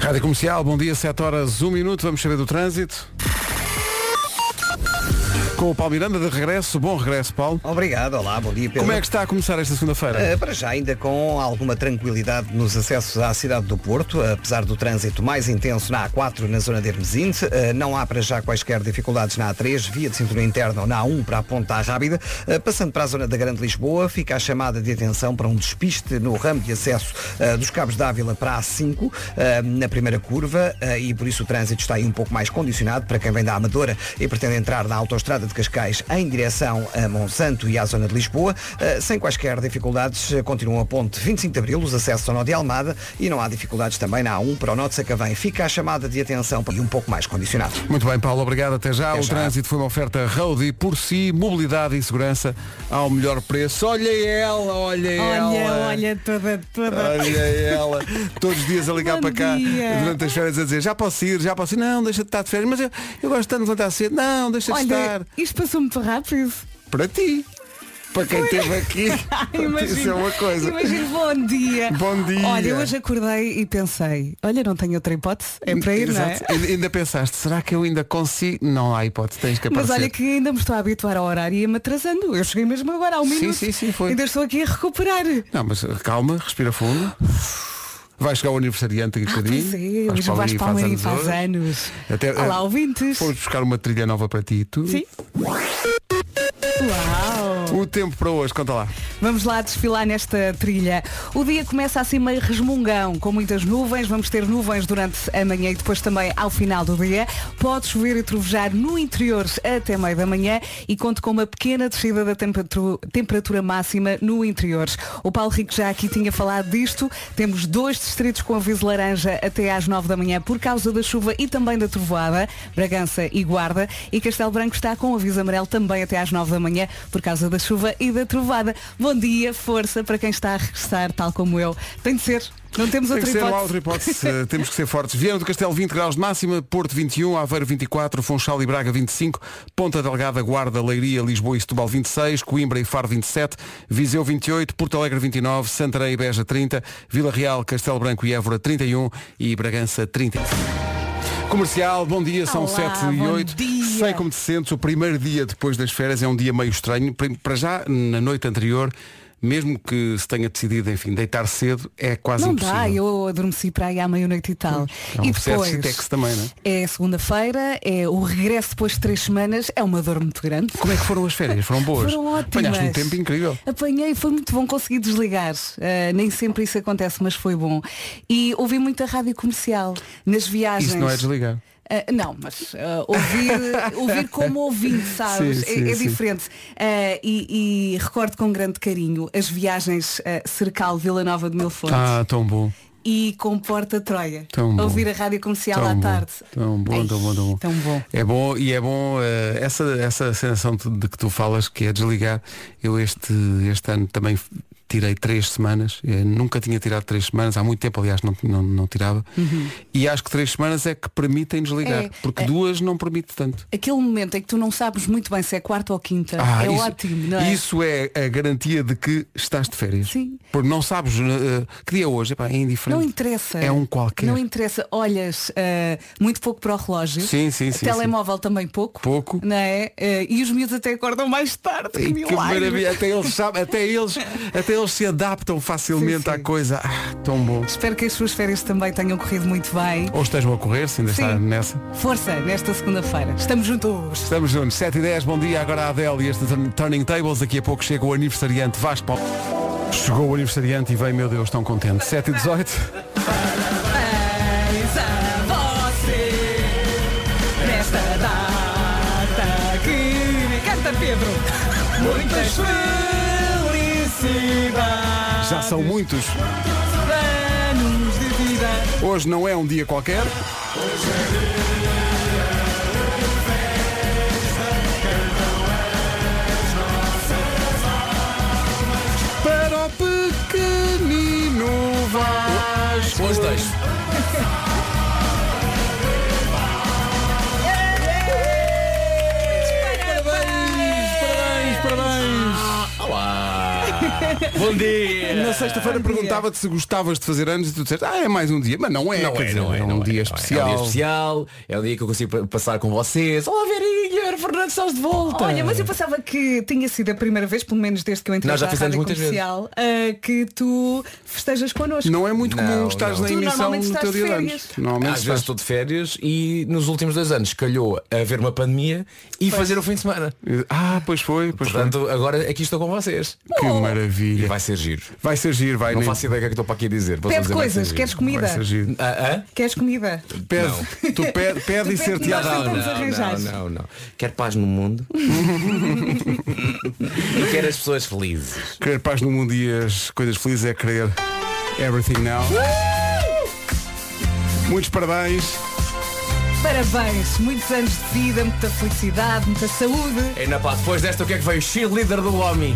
Rádio Comercial, bom dia, 7 horas, 1 minuto, vamos saber do trânsito. Com o Paulo Miranda de regresso, bom regresso, Paulo. Obrigado, olá, bom dia Pedro. Como é que está a começar esta segunda-feira? Eh, Para já, ainda com alguma tranquilidade nos acessos à cidade do Porto, apesar do trânsito mais intenso na A4 na zona de Hermesinde, eh, não há para já quaisquer dificuldades na A3, via de cintura interna ou na A1 para a Ponta à Rábida. Eh, Passando para a zona da Grande Lisboa, fica a chamada de atenção para um despiste no ramo de acesso eh, dos Cabos de Ávila para a A5, eh, na primeira curva, eh, e por isso o trânsito está aí um pouco mais condicionado para quem vem da Amadora e pretende entrar na autoestrada de Cascais em direção a Monsanto e à zona de Lisboa, eh, sem quaisquer dificuldades, eh, continuam a ponte 25 de Abril, os acessos ao nó de Almada e não há dificuldades também na A1 para o nó de Sacavém. Fica a chamada de atenção e um pouco mais condicionado. Muito bem, Paulo, obrigado. Até já. Até o já. trânsito foi uma oferta road e por si, mobilidade e segurança ao melhor preço. Olha ela, olha, Olha, ela. olha, toda, toda. Olha ela, todos os dias a ligar Bom para cá dia. durante as férias a dizer já posso ir, já posso ir, não, deixa de estar de férias, mas eu, eu gosto tanto de levantar cedo, não, deixa de estar. Olha, isto passou muito rápido. Para ti, para quem esteve aqui, isso é uma coisa. Imagino, bom dia. Bom dia. Olha, eu hoje acordei e pensei, olha, não tenho outra hipótese, é para ir, não é? Exato. Ainda- Ainda pensaste, será que eu ainda consigo? Não há hipótese, tens que aparecer. Mas olha que ainda me estou a habituar ao horário e ia-me atrasando. Eu cheguei mesmo agora, ao Sim, minuto. sim, sim, foi. Ainda estou aqui a recuperar. Não, mas calma, respira fundo. Vai chegar o aniversariante aqui um bocadinho. Pois é, Vasco hoje vais Palmeirinho para o meio e faz faz hoje. anos. Até, Olá, eh, ouvintes. Fomos buscar uma trilha nova para ti e tudo. Sim. Uau! O tempo para hoje, conta lá. Vamos lá desfilar nesta trilha. O dia começa assim meio resmungão, com muitas nuvens. Vamos ter nuvens durante a manhã e depois também ao final do dia. Pode chover e trovejar no interior até meio da manhã e conto com uma pequena descida da temperatura, temperatura máxima no interior. O Paulo Rico já aqui tinha falado disto. Temos dois distritos com aviso laranja até às 9 da manhã por causa da chuva e também da trovoada, Bragança e Guarda. E Castelo Branco está com aviso amarelo também até às 9 da manhã por causa da chuva e da trovada. Bom dia, força para quem está a regressar, tal como eu. Tem de ser. Não temos Tem outra que ser lá hipótese. outra hipótese, eh, temos que ser fortes. Viana do Castelo 20 graus de máxima, Porto 21, Aveiro 24, Funchal e Braga 25, Ponta Delgada, Guarda, Leiria, Lisboa e Setúbal 26, Coimbra e Faro 27, Viseu 28, Porto Alegre 29, Santarém e Beja 30, Vila Real, Castelo Branco e Évora 31 e Bragança 30. Comercial, bom dia, são Olá, 7 e bom 8. dia. Sei como te sentes, o primeiro dia depois das férias é um dia meio estranho. Prim- Para já, na noite anterior, mesmo que se tenha decidido, enfim, deitar cedo, é quase Não impossível. dá, eu adormeci para aí à meia-noite e tal. É um e processo depois de Citex também, não é? é segunda-feira, é o regresso depois de três semanas, é uma dor muito grande. Como é que foram as férias? Foram boas? Foram ótimas. Apanhaste um tempo incrível. Apanhei, foi muito bom conseguir desligar. Ah, nem sempre isso acontece, mas foi bom. E ouvi muita rádio comercial nas viagens. Isso não é desligar. Ah, não, mas ah, ouvir, ouvir como ouvinte, sabes? Sim, É- sim, é, sim. diferente. Ah, e, e recordo com grande carinho as viagens ah, Cercal Vila Nova de Mil Fontes Ah, tão bom. e com Porta Troia. Tão bom. ouvir a rádio comercial Tão à bom. tarde. Tão bom, Ai, tão bom, tão bom. tão bom. É bom e é bom eh, essa, essa sensação de de que tu falas que é desligar. Eu este, este ano também f- tirei três semanas. Eh, nunca tinha tirado três semanas. Há muito tempo, aliás, não, não, não tirava. E acho que três semanas é que permitem desligar. É, porque é. duas não permite tanto. Aquele momento em que tu não sabes muito bem se é quarta ou quinta. Ah, é isso, ótimo, não é? Isso é a garantia de que estás de férias. Sim. Porque não sabes eh, que dia é hoje. Epá, é indiferente. Não interessa. É um qualquer. Não interessa. Olhas ah, muito pouco para o relógio. Sim, sim, sim, Telemóvel também pouco. Pouco. Não é? Ah, e os miúdos até acordam mais tarde. Que, Ai, Que milagre. maravilha, até eles sabem, até eles, até eles se adaptam facilmente Sim, sim. à coisa. Ah, tão bom. Espero que as suas férias também tenham corrido muito bem. Ou estejam a correr, se ainda Sim. está nessa. Força nesta segunda-feira. Estamos juntos. Estamos juntos, 7 e 10, bom dia agora a Adele e este Turn- Turning Tables. Daqui a pouco chega o aniversariante Vasco. Paulo. Chegou o aniversariante e vem, meu Deus, tão contente. 7 e 18. Parabéns a você nesta data que canta Pedro. Muitas felicidades. Já são muitos. anos de vida. Hoje não é um dia qualquer. Para o pequenino Vasco. Hoje deixo. Parabéns, parabéns, parabéns. Ah, Olá! Bom dia! Na sexta-feira Bom dia. perguntava-te se gostavas de fazer anos e tu disseste, ah, é mais um dia. Mas não é, Não quer é, dizer, não é, um não é, dia não é. especial. É um dia especial, é um dia que eu consigo pa- passar com vocês. Olá, Verinha, era Fernando, estás de volta. Olha, mas eu pensava que tinha sido a primeira vez, pelo menos desde que eu entrei Nós já para a fizemos rádio muitas comercial, ah, que tu festejas connosco. Não é muito Não, comum estares não. na Tu emissão normalmente no estás teu de dia de anos. férias. Normalmente Às vezes estás. estou de férias e nos últimos dois anos calhou haver uma pandemia e fazer o fim de semana. Ah, pois foi, pois foi. Portanto, agora aqui estou com vocês. Que E maravilha. vai ser giro. Vai ser giro, vai. Não nem- faço ideia do que é que estou para aqui dizer. posso Pede dizer, vai ser coisas, giro. queres Vai comida? ser giro. Ah, ah? Queres comida? Pede, tu pede, pede Tu e pede- ser-te nós dado. tentamos arranjar. não, não, não. Quero paz no mundo e quero as pessoas felizes. Querer paz no mundo e as coisas felizes é querer everything now. Muitos parabéns. Parabéns, muitos anos de vida, muita felicidade, muita saúde. E na paz, depois desta o que é que veio? Cheerleader do homem.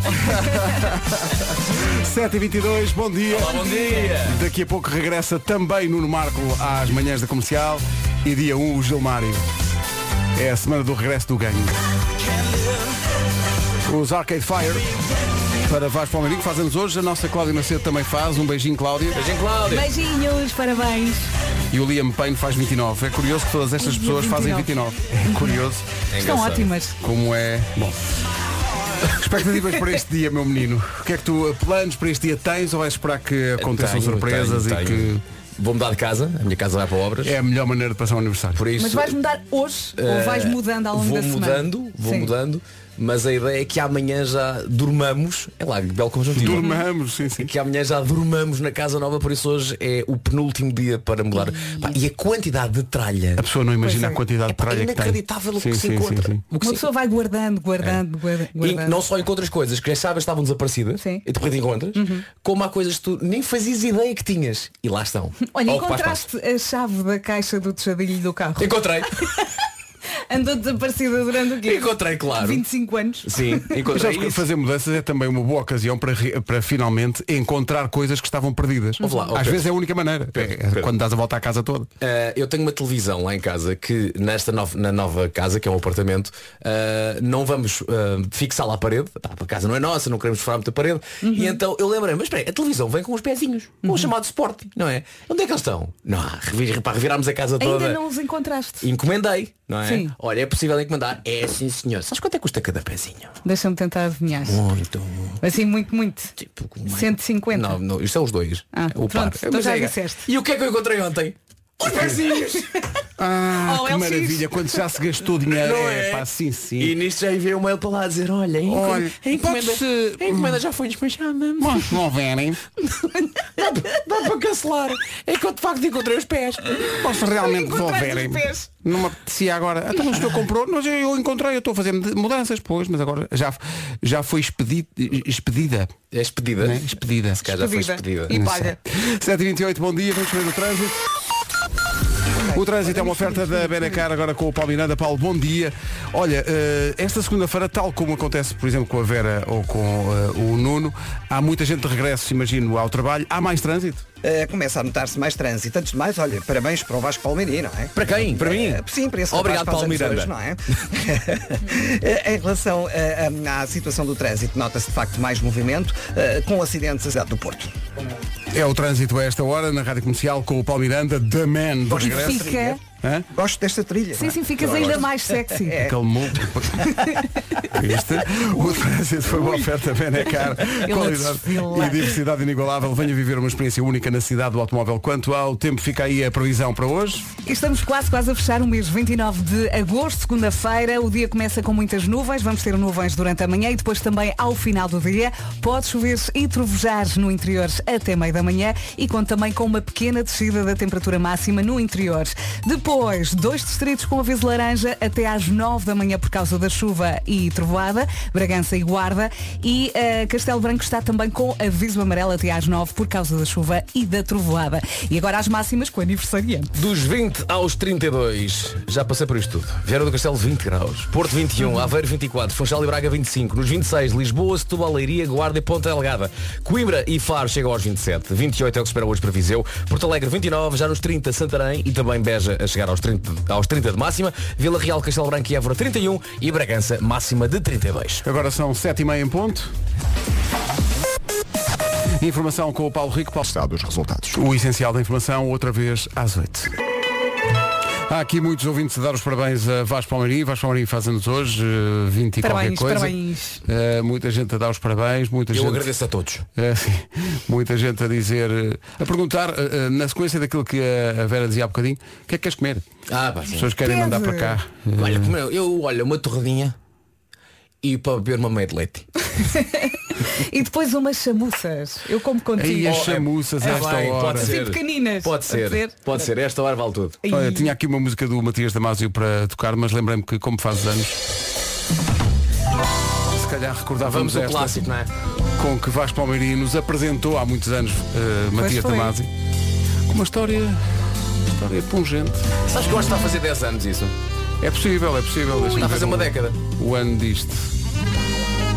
7h22, bom dia. Olá, bom dia. Daqui a pouco regressa também Nuno Marco às manhãs da comercial e dia 1 o Gilmário. É a semana do regresso do ganho. Os Arcade Fire para Vasco Palmeirinho fazemos hoje. A nossa Cláudia Macedo também faz. Um beijinho, Cláudia. Beijinho, É. Cláudio. Beijinhos, parabéns. E o Liam Payne faz 29. É curioso que todas estas pessoas fazem 29. É curioso Estão engraçado. ótimas. como é. Bom. Expectativas para este dia, meu menino. O que é que tu planos para este dia tens ou vais esperar que aconteçam É Tenho, surpresas tenho, e tenho. que Vou mudar de casa, a minha casa vai para obras. é a melhor maneira de passar um aniversário? Por isso, Mas vais mudar hoje ou vais eh, mudando ao longo vou da semana? mudando, vou Sim. mudando, mas a ideia é que amanhã já dormamos. É lá, que belo conjuntivo. Dormamos, sim, sim. É Que amanhã já dormamos na casa nova, por isso hoje é o penúltimo dia para mudar. Pá, e a quantidade de tralha. A pessoa não imagina Pois é. a quantidade É, de pá, tralha que tem. inacreditável o que Sim, se sim, encontra. sim, sim. O que Uma se- pessoa vai guardando, guardando, guarda- É. E guardando. não só encontras coisas que achavas estavam desaparecidas Sim. Uhum. e de repente encontras, como há coisas que tu nem fazias ideia que tinhas e lá estão. Oh, Olha, A ocupar espaço. encontraste a chave da caixa do tejadilho do carro. Encontrei, Andou desaparecida durante o quê? encontrei, claro. 25 anos. Sim, Mas encontrei. sabes que isso. fazer mudanças é também uma boa ocasião para, re- para finalmente encontrar coisas que estavam perdidas. Ouve lá, ó, Às Pedro. vezes é a única maneira. É, Pedro. quando dás a volta à casa toda. Uh, eu tenho uma televisão lá em casa que nesta nova, na nova casa, que é um apartamento, uh, não vamos uh, fixá-la à parede, Pá, a casa não é nossa, não queremos furar muita parede, Uhum. e então eu lembrei, mas espera, aí, a televisão vem com os pezinhos, com o chamado suporte, não é? Onde é que eles estão? Não, há, revir, para revirarmos a casa toda. Ainda não os encontraste. Encomendei, não é? Sim. Olha, é possível encomendar? É sim senhor. Sabes quanto é que custa cada pezinho? Deixa-me tentar adivinhar. Muito. Assim, muito, muito. Tipo, como é? 150. Não, não, isto são os dois. Ah, o par. pronto, tu Mas já é- disseste. E o que é que eu encontrei ontem? Os pezinhos! Ah, Oh, que LX. maravilha. Quando já se gastou dinheiro. Não é? pá, sim, sim. E nisto já enviei um mail para lá a dizer, olha, a encom- Olha, a, encomenda, pode-se- eh, a encomenda já foi despachada. Bom, se não verem, Dá, dá para cancelar. É que eu de facto encontrei os pés. ou se realmente Encontraste devolverem. os pés. Não me apetecia agora. Então, mas o senhor comprou, mas eu- eu encontrei, eu estou a fazer mudanças, pois, mas agora já, já foi expedi- expedida. És pedida. é? Né? Expedida. Se calhar já foi Despedida. expedida. E Não paga. sei. 7h28, bom dia, vamos ver o trânsito. O trânsito é uma oferta da Benacar agora com o Paulo Miranda. Paulo, bom dia. Olha, eh, esta segunda-feira, tal como acontece, por exemplo, com a Vera ou com eh, o Nuno, há muita gente de regresso, imagino, ao trabalho. Há mais trânsito? Eh, começa a notar-se mais trânsito. Antes de mais, olha, parabéns para o Vasco Palmeirim, não é? Para quem? Para mim? Eh, Sim, para esse Obrigado, rapaz, para os Paulo anos é? Miranda. hoje, não é? Eh, em relação eh, hum, à situação do trânsito, nota-se de facto mais movimento eh, com acidentes na cidade do Porto. É o trânsito a esta hora, na Rádio Comercial, com o Paulo Miranda, The Man, do regresso. Fica. Hã? Gosto desta trilha. é? Sim, sim, ficas ainda mais sexy. Aquele mundo. Este, o trânsito foi uma oferta Benecar, qualidade desfila. e diversidade inigualável. Venha viver uma experiência única na cidade do automóvel. Quanto ao tempo, fica aí a previsão para hoje. Estamos quase, quase a fechar o mês 29 de agosto, segunda-feira. O dia começa com muitas nuvens. Vamos ter nuvens durante a manhã e depois também ao final do dia. Pode chover e trovejar no interior até meio da manhã e conta também com uma pequena descida da temperatura máxima no interior. Depois, dois distritos com aviso laranja até às 9 da manhã por causa da chuva e trovoada, Bragança e Guarda. E eh, Castelo Branco está também com aviso amarelo até às 9 por causa da chuva e da trovoada. E agora as máximas com o aniversariante. Dos 20 aos 32, já passei por isto tudo. Vieira do Castelo 20 graus, Porto 21, Aveiro 24, Funchal e Braga 25, nos 26, Lisboa, Setúbal, Leiria, Guarda e Ponta Delgada. Coimbra e Faro chegam aos 27, 28 é o que se espera hoje para Viseu, Porto Alegre 29, já nos 30 Santarém e também Beja a chegar aos 30, aos 30 de máxima, Vila Real, Castelo Branco e Évora 31 e Bragança máxima de 32. Agora são sete e meia em ponto. Informação com o Paulo Rico. Paulo... Estado dos resultados. O essencial da informação, outra vez às oito. Há aqui muitos ouvintes a dar os parabéns a Vasco Palmeirim. Vasco Palmeirim faz-nos hoje eh, 20 e Parabéns, qualquer coisa. parabéns. Eh, muita gente a dar os parabéns. Muita Eu gente... agradeço a todos. É, sim. muita gente a dizer, eh, a perguntar, eh, eh, na sequência daquilo que a a Vera dizia há bocadinho, o que é que queres comer? Ah, pá, As sim. pessoas querem Pede. mandar para cá. Olha, como eu, eu olho uma torradinha e para beber uma meia de leite. E depois umas chamuças. Eu como Aí contigo. as Oh, é- chamuças a é esta bem, hora. pode Assim ser. pequeninas. Pode Pode ser, ser. pode ser, esta hora vale tudo. Ai, Olha, tinha aqui uma música do Matias Damasio para tocar, mas lembrei-me que como faz anos, se calhar recordávamos Vamos ao esta clássico, não é? com que Vasco Palmeirim nos apresentou há muitos anos, eh, Matias foi. Damasio, com uma história, história pungente. Sabes que eu acho que está a fazer 10 anos isso? É possível, é possível. Deixa-me Está Uh, a ver fazer um- uma o- década. O ano disto.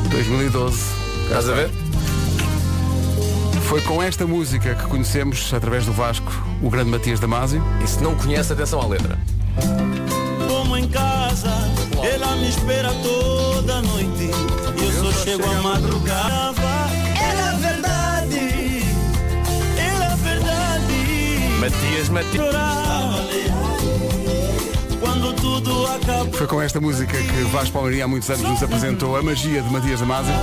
2012. Estás a ver? Foi com esta música que conhecemos, através do Vasco, o grande Matias Damasio. E se não conhece, atenção à letra. como em casa. Ela me espera toda noite. E eu, só chego à madrugada. Era verdade. Era verdade. Matias Matias. Chorar. Quando tudo acabou. Foi com esta música que Vasco Palmeirim há muitos anos nos apresentou a magia de Matias Damasio.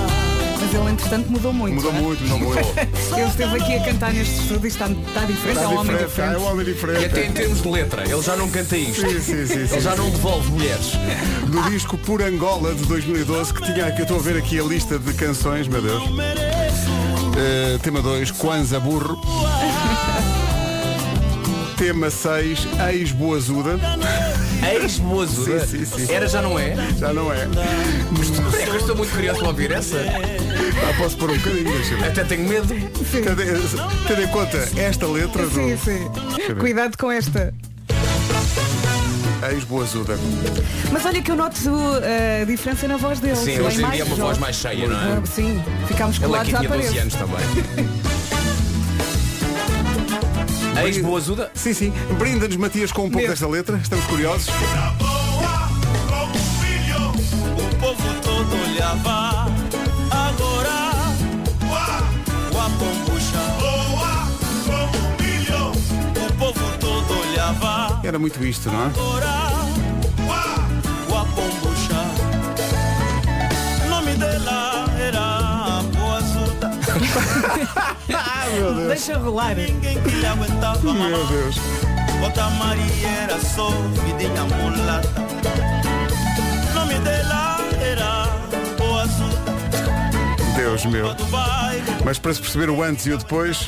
Mas ele entretanto mudou muito. Mudou não é? muito, mudou muito. Ele esteve aqui a cantar neste estúdio e está, está diferente, é um homem Diferente, é diferente. um homem E diferente. até em termos de letra, ele já não canta isto. Sim, sim, sim, sim. Ele já não devolve mulheres. do disco Por Angola de 2012, que tinha, que eu estou a ver aqui a lista de canções, meu Deus. Eh, tema 2, Quanza Burro. tema 6, Ex Boazuda. Ex-boazuda. Sim, sim, sim. é? Era já não é? Já não é. É que eu estou muito curioso para ouvir essa. Ah, posso pôr um bocadinho, deixa eu ver. Até tenho medo. Tendo em- Tendo em conta esta letra do Sim, sim. ver. Cuidado com esta. Ex Boazuda. Mas olha que eu noto uh, a diferença na voz dele. Sim, Ele hoje em mais dia é uma jovem. voz mais cheia, não é? Ah, Sim, ficámos Ele aqui colados à tinha 12 parede. anos também. Ex-boazuda? Sim, sim. Brinda-nos, Matias, com um pouco Meu. desta letra. Estamos curiosos. Na boa, com o filho, o povo todo olhava. Agora, uá, uá, pombucha. Boa, com um o filho, o povo todo olhava. Era muito isto, não é? Agora, uá, uá, pombucha. O nome dela era Boazuda. Deixa rolar. Ninguém que lhe aguentava Meu mais. Deus. Outra Maria era só vidinha mulata. Nome dela era Boazuda Deus meu. do bairro. Mas para se perceber o antes e o depois,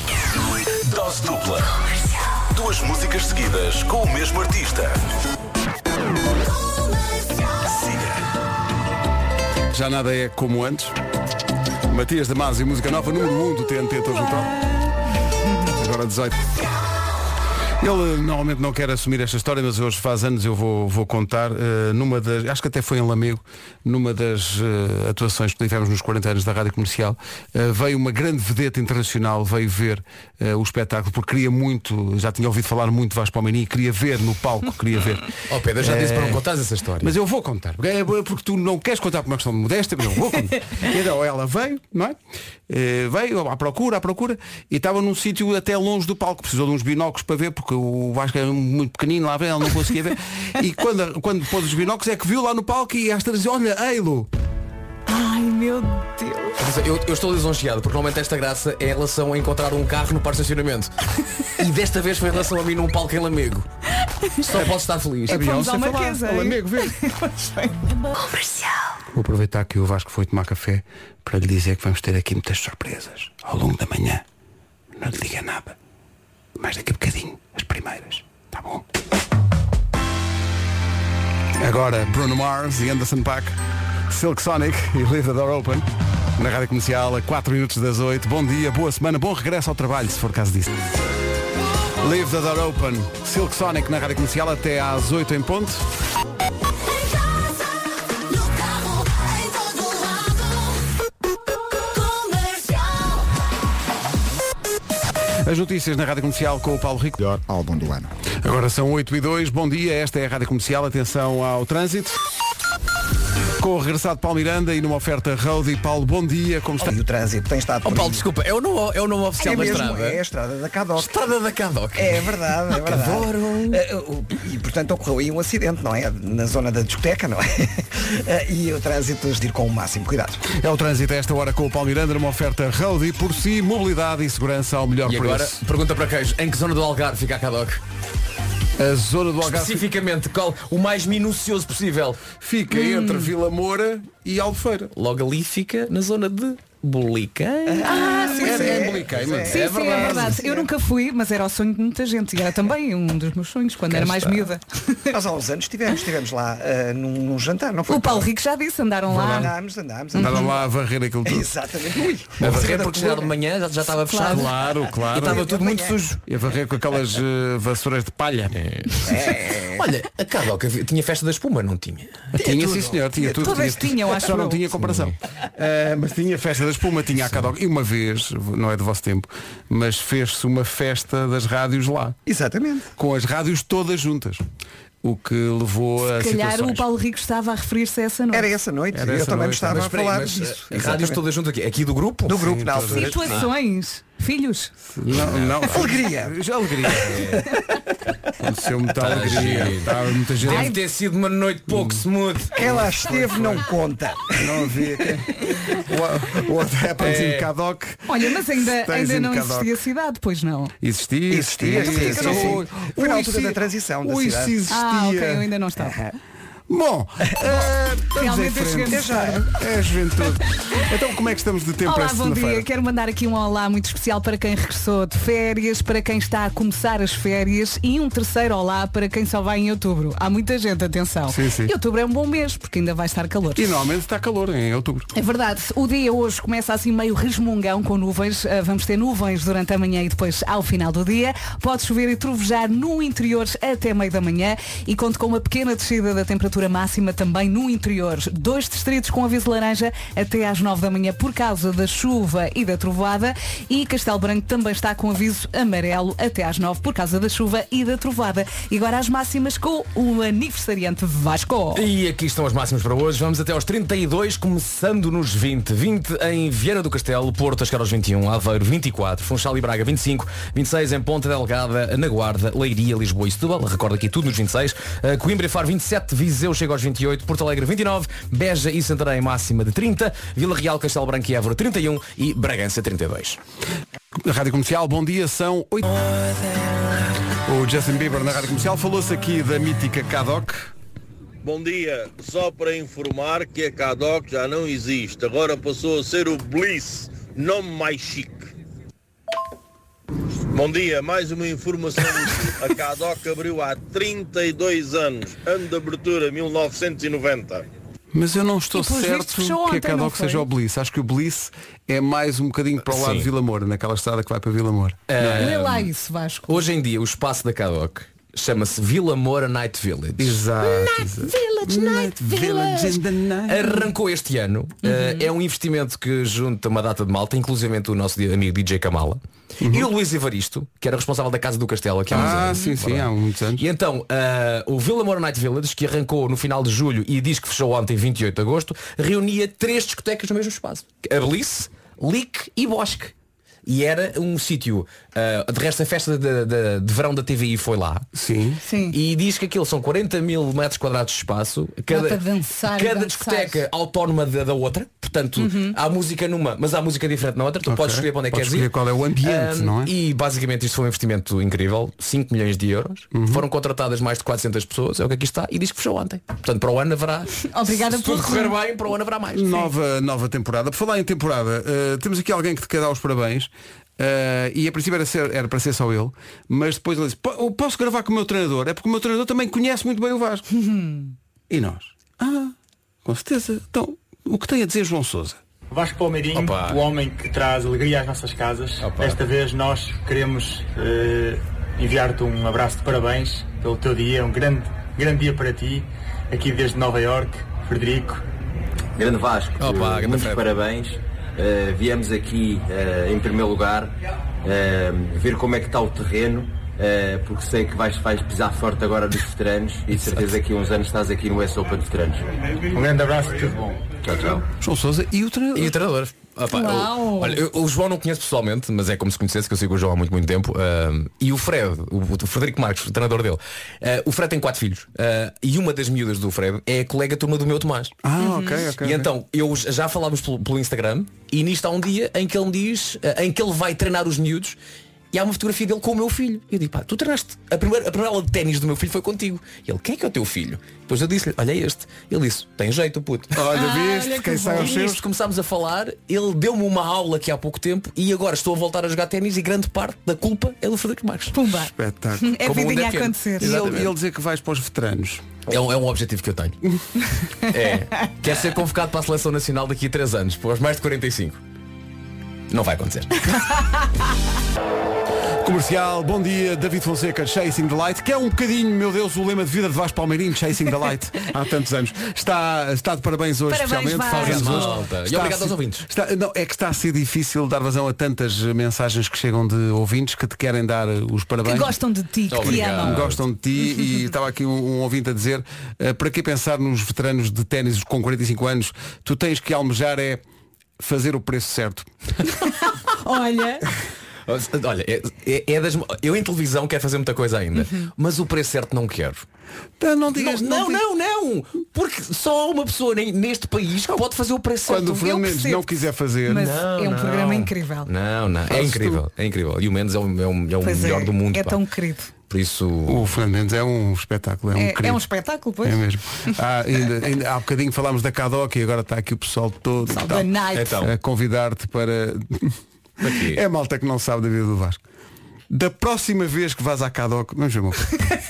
Dose dupla. Duas músicas seguidas com o mesmo artista. Siga. já nada é como antes. Matias Damasio, música nova, número 1 do TNT Todos no Top. Agora 18. Ele eh, normalmente não quer assumir esta história, mas hoje faz anos eu vou, vou contar eh, numa das, acho que até foi em Lamego, numa das eh, atuações que tivemos nos 40 anos da Rádio Comercial, eh, veio uma grande vedeta internacional, veio ver eh, o espetáculo, porque queria muito, já tinha ouvido falar muito de Vasco Palmeirinho, e queria ver no palco, queria ver. Oh Pedro, eu já disse para não contares essa história. Mas eu vou contar, é porque tu não queres contar por uma questão de modéstia, mas eu vou contar. então ela veio, não é? Eh, veio à procura, à procura, e estava num sítio até longe do palco, precisou de uns binóculos para ver, porque o Vasco era muito pequenino lá, ela não conseguia ver. E quando, quando pôs os binóculos é que viu lá no palco e às três olha, Eilo! Ai meu Deus. Mas Eu, eu estou lisonjeado porque normalmente esta graça é em relação a encontrar um carro no par de estacionamento. e desta vez foi em relação a mim num palco em Lamego. Só posso estar feliz. É Vamos à Beyoncé foi lá, Marquesa, ao hein? amigo, vê. Vou aproveitar que o Vasco foi tomar café para lhe dizer que vamos ter aqui muitas surpresas ao longo da manhã. Não lhe diga nada. Mas daqui a bocadinho, as primeiras. Tá bom? Agora Bruno Mars e Anderson Paak, Silk Sonic e Leave the Door Open. Na Rádio Comercial, a 4 minutos das 8. Bom dia, boa semana, bom regresso ao trabalho, se for caso disso. Leave the Door Open, Silk Sonic na Rádio Comercial até às 8 em ponto. As notícias na Rádio Comercial com o Paulo Rico. Melhor álbum do ano. Agora são 8 e 2, bom dia, esta é a Rádio Comercial, atenção ao trânsito. Com o regressado Paulo Miranda e numa oferta Road e Paulo, bom dia, como está? E o trânsito tem estado Oh por Paulo, aí. desculpa, é o nome, é o nome oficial é da mesmo, estrada. é a estrada da Cadoc. Estrada da Cadoc. É verdade, é verdade. Adoro. Eh, o- E portanto ocorreu aí um acidente, não é? Na zona da discoteca, não é? Eh, E o trânsito de ir com o máximo cuidado. É o trânsito a esta hora com o Paulo Miranda numa oferta Road e por si, mobilidade e segurança ao melhor E agora, preço. pergunta para queijo, em que zona do Algarve fica a Cadoc? A zona do Algarve Especificamente, qual o mais minucioso possível? fica entre Vila Moura e Albufeira. Logo ali fica na zona de Buliquém. Ah, sim, Era sim. em Boliquém, mas- Sim, É sim, é verdade. Eu nunca fui, mas era o sonho de muita gente. E era também um dos meus sonhos, quando era mais miúda. Nós há uns anos estivemos, estivemos lá eh, num, num jantar, não foi? O Paulo Rico já disse, andaram lá. Andámos, andámos, Estava andámos. lá a varrer aquilo tudo. Exatamente. Ui, A uma varrer cena é porque da já de coluna. manhã já, já estava fechado. Claro, E claro. estava tudo muito amanhã. sujo. E a varrer com aquelas eh, vassouras de palha. Olha, a Cadoc havia- tinha festa da espuma, não tinha? Tinha, sim senhor, tinha tudo. Todas tinha tudo. tinham, acho Só não eu. tinha comparação. Ah, mas tinha festa da espuma, tinha a Cadoc. E uma vez, não é do vosso tempo, mas fez-se uma festa das rádios lá. Exatamente. Com as rádios todas juntas. O que levou a Se calhar o situações. Paulo Rico estava a referir-se a Hum. essa noite. Era essa noite. Era eu essa também noite, estava mas a Espera aí, falar mas, disso. eh, rádios Exatamente. todas juntas aqui. Aqui do grupo? Do grupo, na altura. Situações. Filhos. Não, não. Alegria. Já alegria. Aconteceu muita alegria. Estava muita gente. Deve ter sido uma noite Hum. pouco smooth. Quem lá esteve não conta. Não havia. What, what happens in Cadoc? Olha, mas ainda, Tens um ainda em não Cadoc. existia cidade, pois não. Existia, Existia, existia, sim, Ui, sim. Foi na ui, altura se- da transição da ui, cidade. se existia. É, Ah, ok, eu ainda não estava. Bom, eh, estamos em Realmente frente. chegamos É já, é a juventude. Então como é que estamos de tempo Olá, esta bom dia. segunda-feira? Quero mandar aqui um olá muito especial para quem regressou de férias, para quem está a começar as férias e um terceiro olá para quem só vai em outubro. Há muita gente, atenção. Sim, sim. E Outubro é um bom mês, porque ainda vai estar calor. E normalmente está calor em outubro. É verdade, o dia hoje começa assim meio resmungão com nuvens. Ah, Vamos ter nuvens durante a manhã e depois ao final do dia. Pode chover e trovejar no interior até meio da manhã e conto com uma pequena descida da temperatura máxima também no interior. Dois distritos com aviso laranja até às nove da manhã por causa da chuva e da trovoada e Castelo Branco também está com aviso amarelo até às nove por causa da chuva e da trovoada. E agora as máximas com o aniversariante Vasco. E aqui estão as máximas para hoje. Vamos até aos 32, começando nos 20. 20 em Vieira do Castelo, Porto, a chegar aos 21, Aveiro 24, Funchal e Braga 25, 26 em Ponta Delgada, na Guarda, Leiria, Lisboa e Setúbal. Recordo aqui tudo nos 26. Eh, Coimbra e Faro 27, Viseu chega aos 28, Porto Alegre 29, Beja e Santarém máxima de 30, Vila Real, Castelo Branco e Évora 31 e Bragança 32. Rádio Comercial, bom dia, são 8. O Justin Bieber na Rádio Comercial falou-se aqui da mítica Cadoc. Bom dia, só para informar que a Cadoc já não existe, agora passou a ser o Bliss, nome mais chique. Bom dia, mais uma informação. A Cadoc abriu há 32 anos, ano de abertura 1990. Mas eu não estou E pelos certo vistos fechou que a ontem, não Cadoc foi? seja o Bliss. Acho que o Bliss é mais um bocadinho para o lado Sim. de Vila Moura, naquela estrada que vai para Vila Moura. Lê lá isso, Vasco. Hoje em dia, o espaço da Cadoc chama-se Vila Moura Night Village. Exato. exato. Village, Night Village. in the night. Arrancou este ano. Uhum. Eh, é um investimento que junta uma data de malta, inclusivamente o nosso di- amigo DJ Kamala. E o Luís Evaristo, que era responsável da Casa do Castelo aqui há uns Uhum. Ah, anos. sim, sim, Ora. há muitos anos. E então, eh, o Villa Moura Night Village, que arrancou no final de julho e diz que fechou ontem, 28 de agosto, reunia três discotecas no mesmo espaço. A Belice, Lick e Bosque. E era um sítio, eh, de resto a festa de, de- de verão da TVI foi lá. Sim. Sim. E diz que aquilo são 40 mil metros quadrados de espaço. Cada, para dançar e cada dançar. Uhum. discoteca autónoma da, da outra. Portanto, há música numa, mas há música diferente na outra. Tu Ok. podes escolher para onde é que Podes queres escolher ir. qual é o ambiente, Ah, não é? E basicamente isto foi um investimento incrível. 5 milhões de euros. Uhum. Foram contratadas mais de 400 pessoas. É o que aqui está. E diz que fechou ontem. Portanto, para o ano haverá. Obrigada se tudo por- correr bem, para o ano haverá mais. Nova, nova temporada. Por falar em temporada, eh, temos aqui alguém que te quer dar os parabéns. eh, e a princípio era, ser- era para ser só ele, mas depois ele disse, "Po- eu posso gravar com o meu treinador? É porque o meu treinador também conhece muito bem o Vasco. e nós? Ah, com certeza. Então, o que tem a dizer João Sousa? Vasco Palmeirinho, Opa. o homem que traz alegria às nossas casas. Opa. Desta vez nós queremos eh, enviar-te um abraço de parabéns pelo teu dia, um grande, grande dia para ti, aqui desde Nova York, Frederico. Grande Vasco, Opa, eh, grande muitos Fred. parabéns. Eh, viemos aqui eh, em primeiro lugar eh, ver como é que está o terreno. Eh, eh, porque sei que vais, vais pisar forte agora nos veteranos e de certeza que daqui a uns anos estás aqui no US Open de Veteranos. Um grande abraço e tudo bom. Tchau, tchau. João Sousa e o treinador. E o treinador. Ah, pá, Uau. eu- olha, eu- o João não conheço pessoalmente, mas é como se conhecesse, que eu sigo o João há muito, muito tempo. ahm, e o Fred, o, o Frederico Marques, o treinador dele. ah, o Fred tem quatro filhos. ah, e uma das miúdas do Fred é a colega turma do meu Tomás. Ah, ok, ok. E então, eu j- já falávamos pelo, pelo Instagram e nisto há um dia em que ele me diz, eh, em que ele vai treinar os miúdos e há uma fotografia dele com o meu filho. E eu digo, pá, tu treinaste. A primeira, a primeira aula de ténis do meu filho foi contigo. E ele, quem é que é o teu filho? Depois eu disse-lhe, olha este. Ele disse, tem jeito, puto. Ah, Olha, viste, quem sai aos E seus. nisto começámos a falar, ele deu-me uma aula aqui há pouco tempo e agora estou a voltar a jogar ténis e grande parte da culpa é do Frederico Marques. Pumba. Espetáculo. É Como o mundo vidinha a é pequeno. acontecer. E ele, ele dizer que vais para os veteranos. É um, é um objetivo que eu tenho. é. Quero ser convocado para a seleção nacional daqui a 3 anos, para os mais de 45. Não vai acontecer. Comercial, bom dia, David Fonseca, Chasing the Light, que é um bocadinho, meu Deus, o lema de vida de Vasco Palmeirinho, Chasing the Light, há tantos anos. Está, está de parabéns hoje, Parabéns, especialmente. Vasco. faz anos Obrigado, hoje. malta. E Está obrigado a aos se- ouvintes. está- não, é que está a ser difícil dar vazão a tantas mensagens que chegam de ouvintes que te querem dar os Que parabéns. gostam de ti, que te Obrigado. amam. Gostam de ti e estava aqui um, um ouvinte a dizer eh, para que pensar nos veteranos de ténis com 45 anos, tu tens que almejar é fazer o preço certo. Olha, Olha, é, é- é das. Eu em televisão quero fazer muita coisa ainda, mas o preço certo não quero. Não, não Não, digas Uhum. não, digas- não, não! Porque só há uma pessoa nem- neste país que pode fazer o preço certo. Quando o Fernando eu Mendes percebo. não quiser fazer. mas Não, é um não. programa incrível. Não, não. É Fazes incrível, é incrível. E o Mendes é o, é o- é o Pois é, melhor do mundo. é pá. tão querido. Por isso. O Fernando Mendes é um espetáculo, é um É, é querido. um espetáculo, pois. É mesmo. Ah, ainda, ainda há bocadinho falámos da Cadoc e agora está aqui o pessoal todo e Pessoal tal, da night. Então. a convidar-te para. Para quê? É malta que não sabe da vida do Vasco. Da próxima vez que vás à Cadoc, vamos ver uma coisa.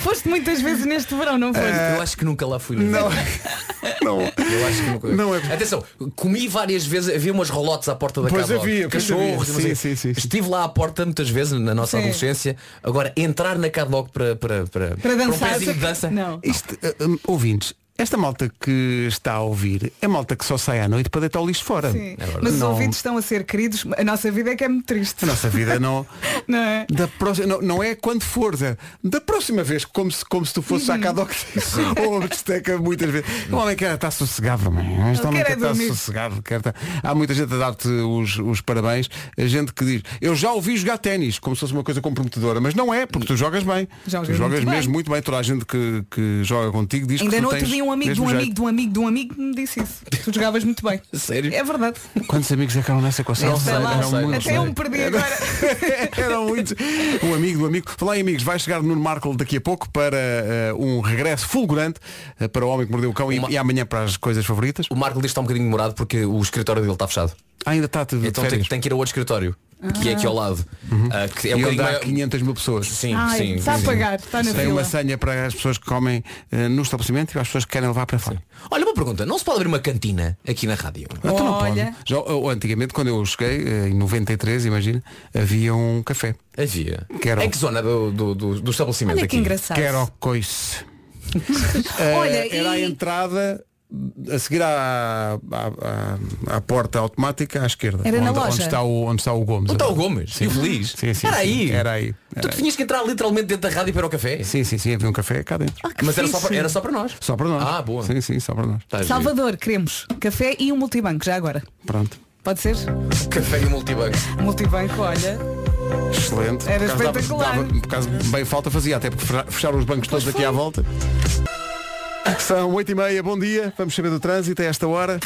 Foste muitas vezes neste verão, não foste? Eu acho que nunca lá fui. na Não, vida. não. Eu acho que nunca. Não é- Atenção, comi várias vezes, havia umas rolotes à porta da Pois casa. havia, pois havia. cachorros, Sim, não sei. sim, sim, sim. Estive lá à porta muitas vezes na nossa Sim. adolescência. Agora, entrar na Cadlock para, para, para, Para dançar. um pezinho de dança. Não. Isto, ah, hum, ouvintes, esta malta que está a ouvir é malta que só sai à noite para deitar o lixo fora. Sim. É verdade. Mas os Não. ouvidos estão a ser queridos, a nossa vida é que é muito triste. A nossa vida não. Não é? Da próxima, não, não é quando fores, é da próxima vez, como se, como se tu fosses Uhum. à Cadoc ou a besteca muitas vezes. O homem quer estar sossegado, mano. Este Ele quer homem quer é estar dormir. sossegado. Quer estar... Há muita gente a dar-te os, os parabéns. A gente que diz, eu já ouvi jogar ténis, como se fosse uma coisa comprometedora, mas não é, porque tu jogas bem. Jogas tu jogas muito mesmo bem. muito bem. Toda a gente que, que joga contigo diz que Ainda tu no outro tens dia um amigo de um mesmo jeito. amigo de um amigo de um amigo que me disse isso. Tu jogavas muito bem. Sério? É verdade. Quantos amigos é que eram é? nessa equação? Não sei, Sei não lá, sei, não até sei. É um perdi agora. Eram muitos. Um amigo do amigo. Falar em amigos, vai chegar Nuno Marco daqui a pouco para eh, um regresso fulgurante eh, para o Homem que Mordeu o Cão e- Uma- e, amanhã para as coisas favoritas. Ah, O Marco diz que está um bocadinho demorado porque o escritório dele está fechado. Ainda está tudo de Então tem, férias. Uhum. tem que ir a outro escritório, que é aqui ao lado. Ah, que é um e onde bocadinho há maior- 500 mil pessoas. Sim, Ai, sim. está a sim. pagar, está na Tem fila. uma senha para as pessoas que comem eh, no estabelecimento e para as pessoas que querem levar para fora. Olha, uma pergunta, não se pode abrir uma cantina aqui na rádio? Então não pode. Olha. Já, eu, antigamente, quando eu cheguei, eh, em 93, imagina, havia um café. Havia. Quero. Em que zona do, do, do, do estabelecimento? Olha que aqui? engraçado. Que era o coice. Eh, Olha, era a e- entrada a seguir à, à, à- à porta automática à esquerda. Era onde, na Onde loja. está o, onde está o Gomes. Onde está Então, o agora. Gomes? E o Feliz? Sim, sim, Era sim. aí. Era aí. Tu Era aí. tinhas que entrar literalmente dentro da rádio para ir ao café. Sim, sim, sim, havia um café cá dentro. Mas era só, fixe. para, era só para nós. Só para nós. Ah, boa. Sim, sim, só para nós. Tá giro. Salvador, queremos café e um multibanco, já agora. Pronto. Pode ser? Café e multibanco. Multibanco, olha. Excelente. Era Por acaso espetacular. Dava, dava- por acaso bem falta fazia, até porque fra- fecharam os bancos todos aqui à volta. São 8 e meia, bom dia. Vamos saber do trânsito a esta hora.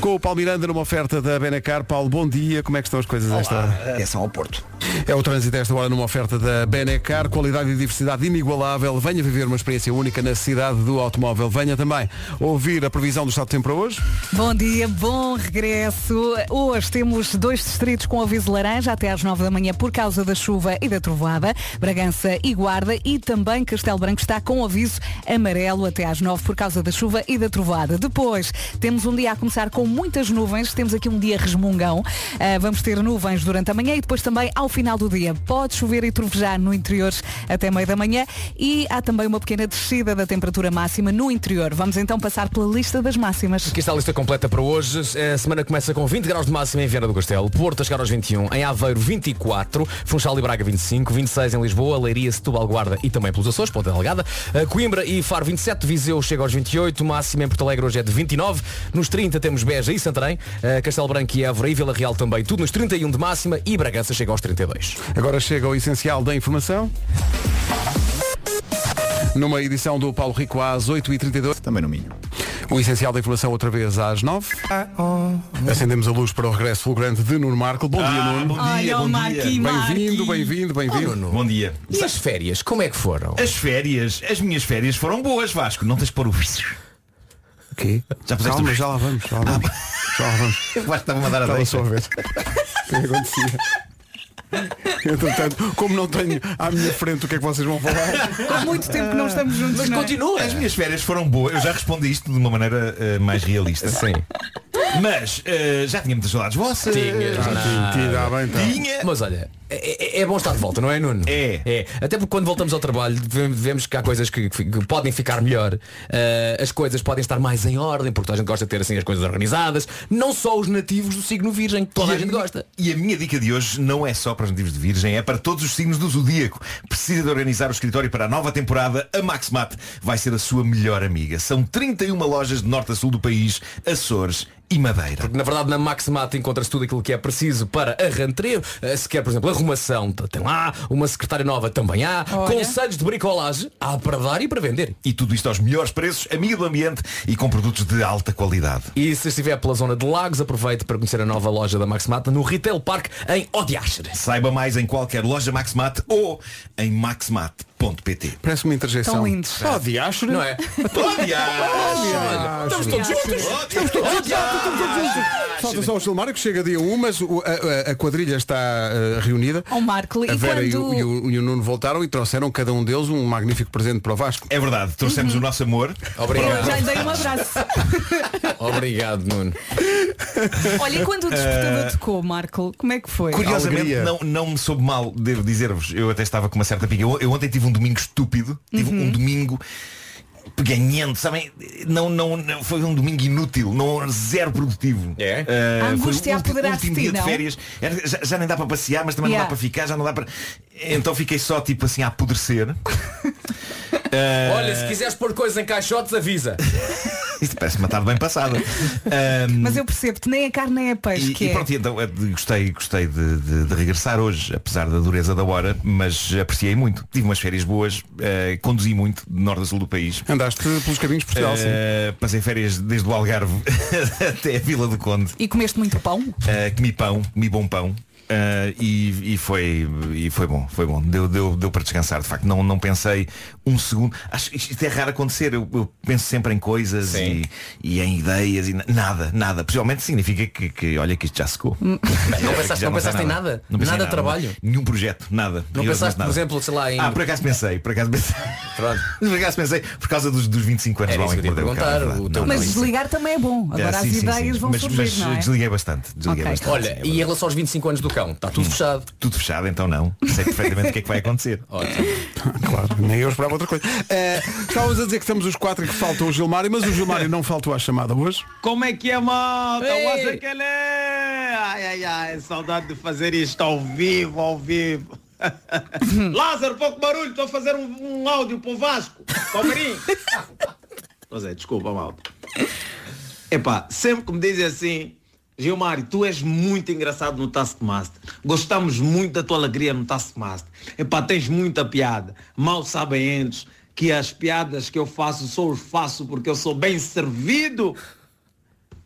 Com o Paulo Miranda numa oferta da Benacar. Paulo, bom dia. Como é que estão as coisas a esta hora? Atenção ao Porto. É o trânsito a esta hora numa oferta da Benecar, qualidade e diversidade inigualável. Venha viver uma experiência única na cidade do automóvel. Venha também ouvir a previsão do estado de tempo para hoje. Bom dia, bom regresso. Hoje temos dois distritos com aviso laranja até às 9 da manhã por causa da chuva e da trovoada. Bragança e Guarda e também Castelo Branco está com aviso amarelo até às 9 por causa da chuva e da trovoada. Depois temos um dia a começar com muitas nuvens. Temos aqui um dia resmungão. Ah, vamos ter nuvens durante a manhã e depois também ao final do dia. Pode chover e trovejar no interior até meio da manhã. E há também uma pequena descida da temperatura máxima no interior. Vamos então passar pela lista das máximas. Aqui está é a lista completa para hoje. A semana começa com 20 graus de máxima em Viana do Castelo, Porto a chegar aos 21, em Aveiro 24, Funchal e Braga 25, 26 em Lisboa, Leiria, Setúbal, Guarda e também pelos Açores, Ponta Delgada, Eh, Coimbra e Faro 27, Viseu chega aos 28, máxima em Porto Alegre hoje é de 29, nos 30 temos Beja e Santarém, eh, Castelo Branco e Évora e Vila Real também, tudo nos 31 de máxima e Bragança chega aos 32. Agora chega o essencial da informação. Numa edição do Paulo Rico às 8h32. Também no Minho. O essencial da informação outra vez às 9 Acendemos a luz para o regresso fulgurante de Nuno Marco. Bom dia, Nuno. Olha o Marquinho, Bem-vindo, bem-vindo, bem-vindo. Bom dia. E as férias, como é que foram? As férias, as minhas férias foram boas, Vasco. Não tens de pôr o. Quê? Já puseste Calma, o- já lá vamos, já lá vamos. Já lá vamos. Vasco estava a dar a Estava deixa. só a ver. O que é que acontecia? Entretanto, como não tenho à minha frente o que é que vocês vão falar, Há muito tempo que não estamos juntos. não é? Continua! As minhas férias foram boas. Eu já respondi isto de uma maneira eh, mais realista. Sim. Mas eh, já tinha muitas saudades vossas. Tinhas, Já não. tinha- tira bem então. Tinha. Mas olha, é, é- é bom estar de volta, não é, Nuno? É. é. Até porque quando voltamos ao trabalho ve- vemos que há coisas que, que- que podem ficar melhor. Ah, as coisas podem estar mais em ordem, porque toda a gente gosta de ter assim as coisas organizadas. Não só os nativos do signo virgem, que toda a gente minha- gosta. e a minha dica de hoje não é só para os nativos de Virgem, é para todos os signos do zodíaco. Precisa de organizar o escritório para a nova temporada. A MaxMat vai ser a sua melhor amiga. São 31 lojas de norte a sul do país, Açores e Madeira. Na verdade, na Maxmat encontra-se tudo aquilo que é preciso para arrantreio. Ah, Se quer, por exemplo, arrumação, t- tem lá. Uma secretária nova também há. Olha. Conselhos de bricolagem, há para dar e para vender. E tudo isto aos melhores preços, amiga do ambiente e com produtos de alta qualidade. E se estiver pela zona de Lagos, aproveite para conhecer a nova loja da Maxmat no Retail Park em Odiastre. Saiba mais em qualquer loja Maxmat ou em maxmat.pt. Parece uma interjeição. Tão lindos. Oh, diacho, Não é? Estamos todos juntos. Estamos todos juntos, estamos todos juntos. Falta só o Gilmário que chega dia 1, mas o- a, a- a quadrilha está eh, reunida. Ao Marco. A E Vera e, o, quando... e o- e o Nuno voltaram e trouxeram cada um deles um magnífico presente para o Vasco. É verdade, trouxemos o nosso amor. Eu Obrigado. já lhe dei um abraço. Obrigado, Nuno. Olha, e quando o despertador tocou, Marco, como é que foi? Curiosamente Alegria. não, não me soube mal, devo dizer-vos. Eu até estava com uma certa pica. Eu, eu ontem tive um domingo estúpido. Tive Uhum. um domingo ganhando, sabem? Não, não, não- foi um domingo inútil, não zero produtivo. É? Ah, A foi o angústia último- apoderou-se último de ti, dia de não? férias. Era- Já, já nem dá para passear, mas também Yeah. não dá para ficar, já não dá para. Então fiquei só tipo assim a apodrecer. Ah, Olha, se quiseres pôr coisas em caixotes, avisa. Isto parece uma tarde bem passada. Ahm, Mas eu percebo que nem é carne nem é peixe E, que e é. pronto, e então eh, de- gostei, gostei de, de- de regressar hoje, apesar da dureza da hora, mas apreciei muito. Tive umas férias boas, eh, conduzi muito de norte a sul do país. Andaste pelos caminhos de Portugal, sim. Eh, passei férias desde o Algarve até a Vila do Conde. E comeste muito pão? Eh, comi pão, comi bom pão. eh, e, e foi, e foi bom, foi bom. Deu, deu, deu para descansar, de facto. Não, não pensei um segundo. Acho que isto é raro acontecer. Eu, eu penso sempre em coisas Sim. e, e em ideias e na- nada, nada. Possivelmente significa que, que, olha que isto já secou. Hum. não pensaste- Olha, que já não sei pensaste em nada? Não pensei em Nada de trabalho? Nenhum projeto, nada. Não rigorosamente pensaste, por nada. exemplo, sei lá, em. Ah, por acaso pensei, por acaso pensei. Pronto. Por acaso pensei, por causa dos, dos 25 anos Era do isso homem que eu te ia perdeu o carro, é perguntar, verdade. o teu- Não, Mas não, isso- desligar também é bom. Agora Ah, as sim, sim, ideias sim. vão mas, surgir, mas não é? desliguei bastante. Desliguei Ok. bastante. Olha, e em relação aos 25 anos do cão, está tudo fechado. Tudo fechado, então não. Sei perfeitamente o que é que vai acontecer. Claro, nem eu esperava outra coisa. Eh, estávamos a dizer que estamos os quatro e que falta o Gilmário, mas o Gilmário não faltou à chamada hoje. Como é que é, malta? Ei! What's up, Kelly? Ai, ai, ai, saudade de fazer isto ao vivo, ao vivo. Lázaro, pouco barulho, estou a fazer um, um áudio para o Vasco. Palmeirinho. pois é, desculpa, malta. Epá, sempre que me dizem assim, Gilmário, tu és muito engraçado no Taskmaster. Gostamos muito da tua alegria no Taskmaster. Epá, tens muita piada. Mal sabem eles que as piadas que eu faço só os faço porque eu sou bem servido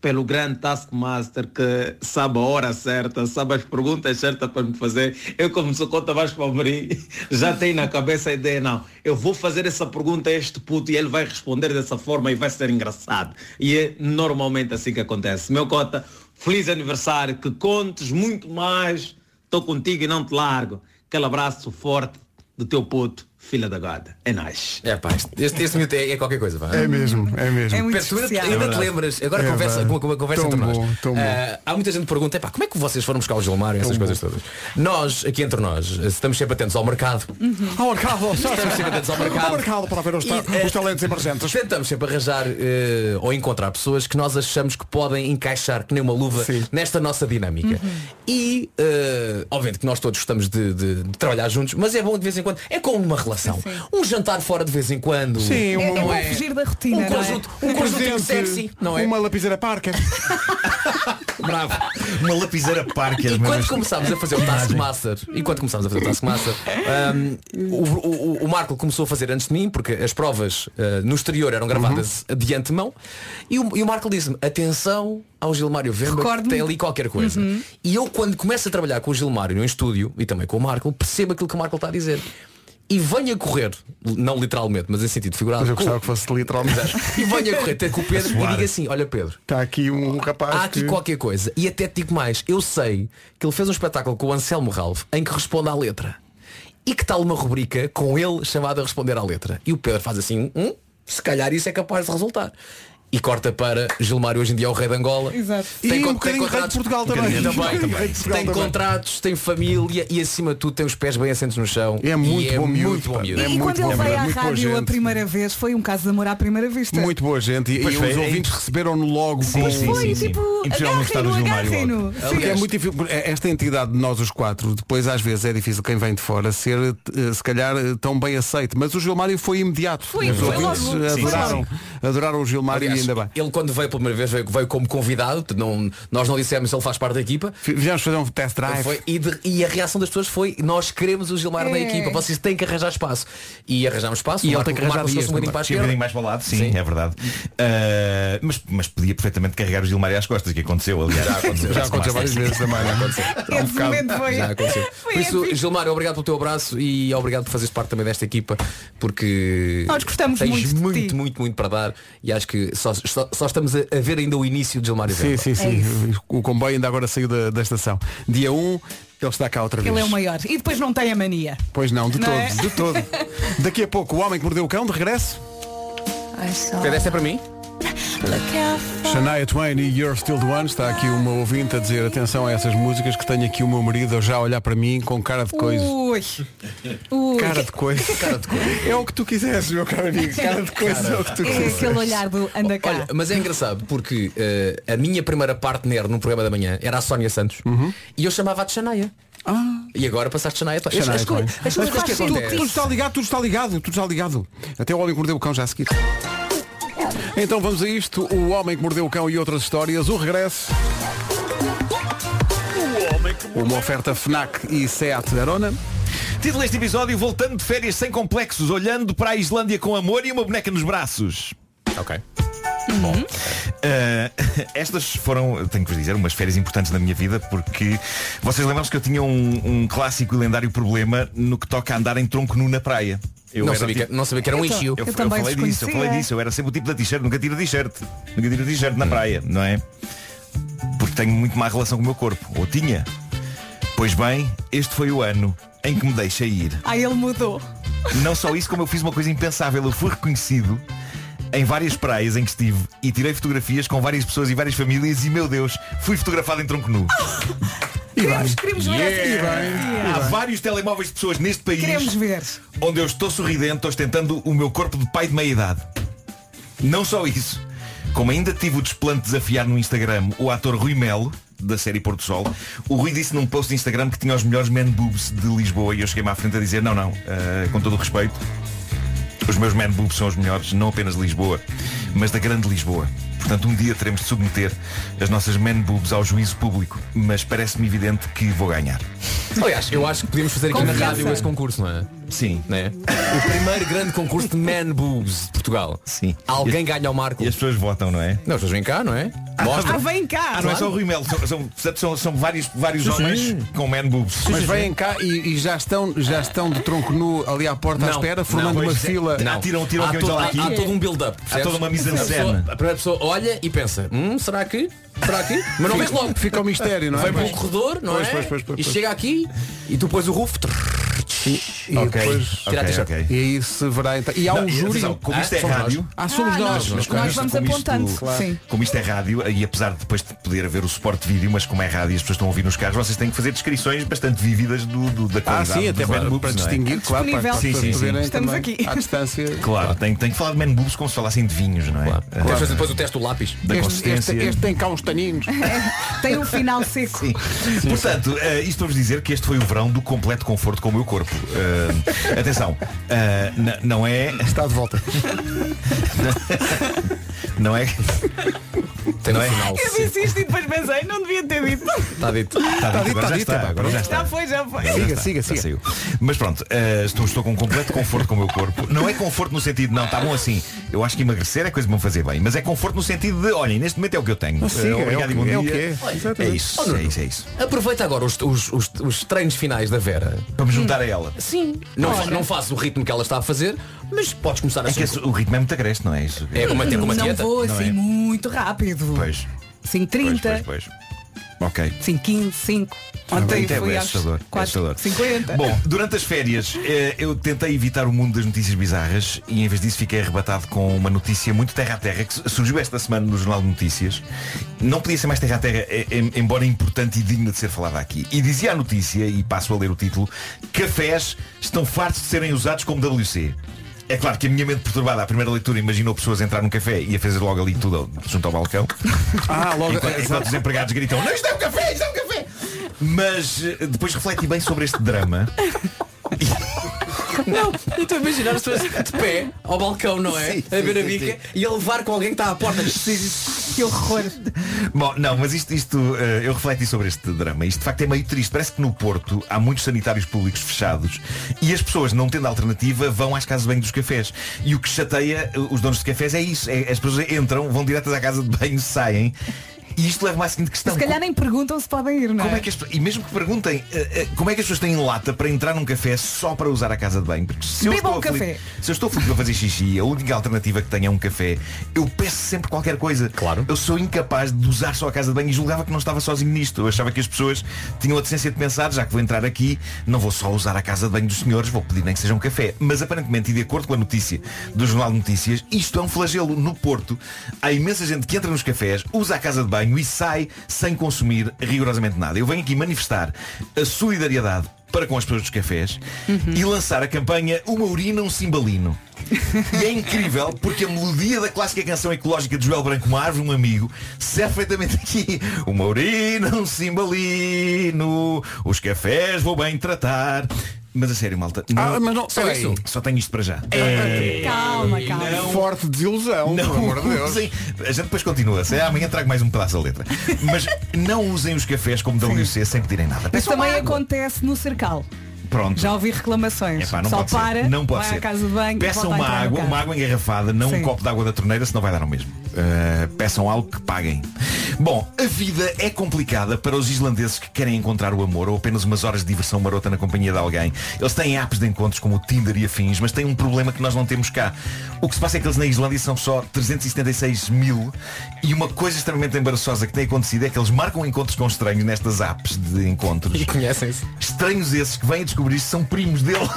pelo grande Taskmaster que sabe a hora certa, sabe as perguntas certas para me fazer. Eu, como sou conta Vasco Palmeirim, já tenho na cabeça a ideia, não, eu vou fazer essa pergunta a este puto e ele vai responder dessa forma e vai ser engraçado. E é normalmente assim que acontece. Meu cota, feliz aniversário, que contes muito mais. Estou contigo e não te largo. Aquele abraço forte do teu puto. filha da God, é nós. É pá, este, este, este minuto é, é qualquer coisa, vá. É mesmo, é mesmo. Pedro, tu ainda- ainda te lembras, agora É conversa, verdade. uma, uma conversa Tão entre nós. bom, tão bom. Ah, há muita gente que pergunta, "Epá, como é que vocês foram buscar o Gilmar e essas Tão coisas bom. todas? Nós, aqui entre nós, estamos sempre atentos ao mercado. Ao mercado, ao Estamos sempre atentos ao mercado. Uhum. Ao mercado para ver os, ta- É E, eh, os talentos emergentes. Tentamos sempre arranjar eh, ou encontrar pessoas que nós achamos que podem encaixar que nem uma luva nesta nossa dinâmica. E, eh, obviamente que nós todos gostamos de, de- de trabalhar juntos, mas é bom de vez em quando. É como uma relação. Um jantar fora de vez em quando. Sim, não uma- É bom é? fugir da rotina, Um não é? conjunto, um conjuntinho sexy, não é? Uma lapiseira parca. Bravo. Uma lapiseira parque. E quando começámos a fazer o Taskmaster E quando começámos a fazer o Taskmaster um, o, o- o Marco começou a fazer antes de mim Porque as provas eh, no exterior eram gravadas Uhum. de antemão E o, e o Marco disse-me Atenção ao Gilmário Vemba que Recordo-me. Tem ali qualquer coisa Uhum. E eu quando começo a trabalhar com o Gilmário no estúdio E também com o Marco Percebo aquilo que o Marco está a dizer e venho a correr, não literalmente, mas em sentido figurado. Mas eu com- gostava que fosse literalmente. E venho a correr ter com o Pedro e Suar. diga assim, olha Pedro, Está aqui um rapaz. há aqui que- qualquer coisa. E até te digo mais, eu sei que ele fez um espetáculo com o Anselmo Ralph em que responde à letra. E que tal uma rubrica com ele chamada a responder à letra? E o Pedro faz assim, hum, se calhar isso é capaz de resultar. E corta para Gilmário hoje em dia é o rei de Angola. Exato. Tem, E con- um tem bocadinho rei de contratos- Portugal também. Também, Um bocadinho também. rei de Portugal Tem também. contratos, tem família e acima de tudo tem os pés bem assentos no chão. É muito e é bom miúdo, muito bom pá. miúdo. É e quando muito ele bom, veio à muito boa rádio a gente. primeira vez foi um caso de amor à primeira vista. Muito boa gente. E, e Pois foi, os é ouvintes receberam-no logo com Pois foi, tipo, Impossível não gostar do agarrem-no, Gilmário agarrem-no. Porque é Aliás- muito difícil, porque esta entidade de nós os quatro, depois às vezes é difícil quem vem de fora ser, eh, se calhar, eh, tão bem aceito. Mas o Gilmário foi imediato. Foi, Os foi ouvintes logo. Sim, adoraram, adoraram o Gilmário Aliás, e ainda bem. Ele quando veio pela primeira vez veio, veio como convidado, não, nós não dissemos se ele faz parte da equipa. F- Viemos fazer um test drive. Foi- e, de- e a reação das pessoas foi nós queremos o Gilmar na É. equipa, vocês têm que arranjar espaço. E arranjámos espaço, o E ele Marco- tem que arranjar o Marco dias se um bocadinho para a Sim, um bocadinho esquerda. mais para o lado, sim, Sim. é verdade. Ah, mas, mas podia perfeitamente carregar o Gilmário às costas, que aconteceu, aliás. Já aconteceu, Já aconteceu várias vezes também. não é? Esse momento foi. Já aconteceu. foi Por isso, épico. Gilmar, obrigado pelo teu abraço e obrigado por fazeres parte também desta equipa, porque Nós gostamos tens muito de muito, ti. muito, muito, para dar e acho que só, só, só estamos a, a ver ainda o início de Gilmar e Sim, Vemba. sim, É sim. o comboio ainda agora saiu da, da estação. Dia 1, ele está cá outra vez. Ele é o maior. E depois não tem a mania. Pois não, de Não todo, é? de todo. Daqui a pouco, o homem que mordeu o cão, de regresso. Pedro, Esta é para mim? é Shania Twain e You're Still the One Está aqui uma ouvinte a dizer Atenção a essas músicas que tenho aqui o meu marido já a olhar para mim com cara de coisa Ui. Ui. Cara de coisa É o que tu quiseres, meu caro amigo Cara de coisa é o que tu É quiseres aquele olhar do anda cá. Olha, mas é engraçado porque eh, a minha primeira partner no programa da manhã era a Sónia Santos Uhum. e eu chamava-a de Xanaia. Ah. E agora passaste Xanaia. As, as, Shania as, Twain. as, Mas coisas que faz sentido. acontecem. Tudo está ligado, tudo está ligado, tudo está ligado Até o Homem que Mordeu o Cão já a seguir Então vamos a isto O Homem que Mordeu o Cão e outras histórias O regresso Uma oferta FNAC e SEAT Arona Título deste episódio, voltando de férias sem complexos, olhando para a Islândia com amor e uma boneca nos braços. Ok. Ah, estas foram, tenho que vos dizer, umas férias importantes na minha vida porque vocês lembram-se que eu tinha um, um clássico e lendário problema no que toca a andar em tronco nu na praia. Eu Não era o sabia, tipo- que, não sabia que era um Então, issue. Eu, Eu eu também é. falei disso, eu falei desconhecia. disso. Eu era sempre o tipo da t-shirt, nunca tiro t-shirt. Nunca tiro t-shirt na praia, não é? Porque tenho muito má relação com o meu corpo. Ou tinha. Pois bem, este foi o ano em que me deixei ir. Ah, ele mudou. Não só isso, como eu fiz uma coisa impensável. Eu fui reconhecido em várias praias em que estive e tirei fotografias com várias pessoas e várias famílias e, meu Deus, fui fotografado em tronco nu. Ah, Queremos, queremos ver essa Há fotografia. vários telemóveis de pessoas neste país é, Queremos ver. onde eu estou sorridente, ostentando o meu corpo de pai de meia idade. Não só isso, como ainda tive o desplante de desafiar no Instagram o ator Rui Melo, da série Porto Sol, o Rui disse num post de Instagram que tinha os melhores man boobs de Lisboa e eu cheguei-me à frente a dizer, não, não, eh, com todo o respeito, os meus man boobs são os melhores, não apenas de Lisboa, mas da grande Lisboa. Portanto, um dia teremos de submeter as nossas man boobs ao juízo público, mas parece-me evidente que vou ganhar. Aliás, eu acho que podíamos fazer aqui na Confiança. rádio esse concurso, não é? Sim. né? Não é? O primeiro grande concurso de Man Boobs de Portugal. Sim. Alguém ganha o Marco. E as pessoas votam, não é? Não, as pessoas vêm cá, não é? Mostra. Ah, vem cá. Ah, não é só o Rui Melo, são, são, portanto, são, são vários, vários homens com man boobs. Mas vêm cá e, e já, estão, já estão de tronco nu ali à porta à Não, espera, formando não, uma pois é. fila. Não. Tiram- tiram a há, todo, camisola há- aqui. há todo um build-up. percebes? toda uma mise A en pessoa- scène. A primeira pessoa olha e pensa, hum, será que? Será que? Mas não vês logo. Fica o mistério, não é? Vai para o corredor, não Pois, é? pois, pois, pois, e pois. chega aqui e tu pões o roof. E, e Ok, depois. ok, ok. E aí se verá então. E há Não, um e júri. atenção, como isto é somos nós. rádio- Ah, somos Ah, nós. nós- mas com nós isto- vamos como isto- apontando, claro. Sim. Como isto é rádio, e apesar de depois de poder haver o suporte de vídeo, mas como é rádio e as pessoas estão a ouvir nos carros, vocês têm que fazer descrições bastante vívidas do, do- da Ah, qualidade sim, até dos para, man boobs, para não é? distinguir, claro, para, para, Disponível. Sim, sim, sim. poderem Estamos também, aqui. à distância. Claro, tenho, tenho que falar de man boobs como se falassem de vinhos, não é? Ah, Temos que fazer depois o teste do lápis. Da Este, consistência. este, este tem cá uns taninos. Tem um final seco. Sim. Portanto, eh, isto para vos dizer que este foi o verão do completo conforto com o meu corpo. Eh, atenção, eh, n- não é. Está de volta. Não é. Tem no Não é? final. Eu disse isto e depois pensei, não devia ter dito. Está dito. Está dito, dito, agora está já dito, está, pá, agora já está. Já foi, já foi. Já Siga, está, siga, já siga. saiu. Mas pronto, eh, estou, estou com completo conforto com o meu corpo. Não é conforto no sentido, não, está bom assim. Eu acho que emagrecer é coisa de me fazer bem. Mas é conforto no sentido de, olhem, neste momento é o que eu tenho. Eh, siga, é o obrigado e que- bom é o dia. que é. É Exatamente. Oh, isso, Nuno. é isso, é isso. Aproveita agora os, os, os, os treinos finais da Vera. Para me juntar a ela. Sim. Não, fa- não faço o ritmo que ela está a fazer, mas podes começar É que assim. esse- o ritmo é muito agreste, não é isso? É como é até com uma Não dieta. vou não assim é? muito rápido. Pois, pois, 5,30, pois, pois. Ok. 5,15, 5. Ontem Até fui é aos assustador, é assustador. 4,50. Bom, durante as férias eh, eu tentei evitar o mundo das notícias bizarras e em vez disso fiquei arrebatado com uma notícia muito terra a terra que su- surgiu esta semana no Jornal de Notícias. Não podia ser mais terra a terra, eh, em- embora importante e digna de ser falada aqui. E dizia a notícia, e passo a ler o título, cafés estão fartos de serem usados como WC. É claro que a minha mente perturbada à primeira leitura imaginou pessoas a entrar num café e a fazer logo ali tudo junto ao balcão. Ah, logo. Enquanto, enquanto os empregados gritam, não, isto é um café, isto é um café. Mas eh, depois refleti bem sobre este drama. Não, eu estou a imaginar Então as pessoas de pé ao balcão, não é? Sim, a ver a sim, bica e a levar com alguém que está à porta. Que horror. Bom, não, mas isto, isto eh, eu refleti sobre este drama. Isto de facto é meio triste. Parece que no Porto há muitos sanitários públicos fechados e as pessoas, não tendo alternativa, vão às casas de banho dos cafés. E o que chateia eh, os donos de cafés é isso. É, as pessoas entram, vão diretas à casa de banho, saem. E isto leva-me à seguinte questão. Se calhar nem perguntam se podem ir, não Então, Como é? é que as, pe- e mesmo que perguntem, eh, eh, como é que as pessoas têm lata para entrar num café só para usar a casa de banho? Porque se eu, Bebam estou um café. aflito, se eu estou aflito para fazer xixi, a única alternativa que tenho é um café, eu peço sempre qualquer coisa. Claro. Eu sou incapaz de usar só a casa de banho e julgava que não estava sozinho nisto. Eu achava que as pessoas tinham a decência de pensar, já que vou entrar aqui, não vou só usar a casa de banho dos senhores, vou pedir nem que seja um café. Mas aparentemente, e de acordo com a notícia do Jornal de Notícias, isto é um flagelo. No Porto, há imensa gente que entra nos cafés, usa a casa de banho e sai sem consumir rigorosamente nada. Eu venho aqui manifestar a solidariedade para com as pessoas dos cafés e lançar a campanha Uma Urina, um Cimbalino. E é incrível porque a melodia da clássica canção ecológica de Joel Branco, uma árvore, um amigo, serve perfeitamente aqui. Uma urina, um cimbalino, os cafés vou bem tratar. Mas a sério, malta, não- Ah, mas não, É só, peraí. isso. Só tenho isto para já. é? Calma, calma. Forte desilusão, pelo amor de Deus. usem, a gente depois continua. Se é, amanhã trago mais um pedaço da letra. Mas não usem os cafés como WC sem pedirem nada. Mas Peçam também água. acontece no cercal. Pronto. Já ouvi reclamações. Epá, É não Só pode ser. para, não pode vai ser. à casa de banho, peçam volta a uma entrar no água, carro. uma água engarrafada, não Sim. um copo de água da torneira, senão vai dar o mesmo. Uh, peçam algo que paguem. Bom, a vida é complicada para os islandeses que querem encontrar o amor ou apenas umas horas de diversão marota na companhia de alguém. Eles têm apps de encontros como o Tinder e afins, mas têm um problema que nós não temos cá. O que se passa é que eles na Islândia são só 376 mil e uma coisa extremamente embaraçosa que tem acontecido é que eles marcam encontros com estranhos nestas apps de encontros. E conhecem-se. Estranhos esses que vêm a descobrir se são primos deles.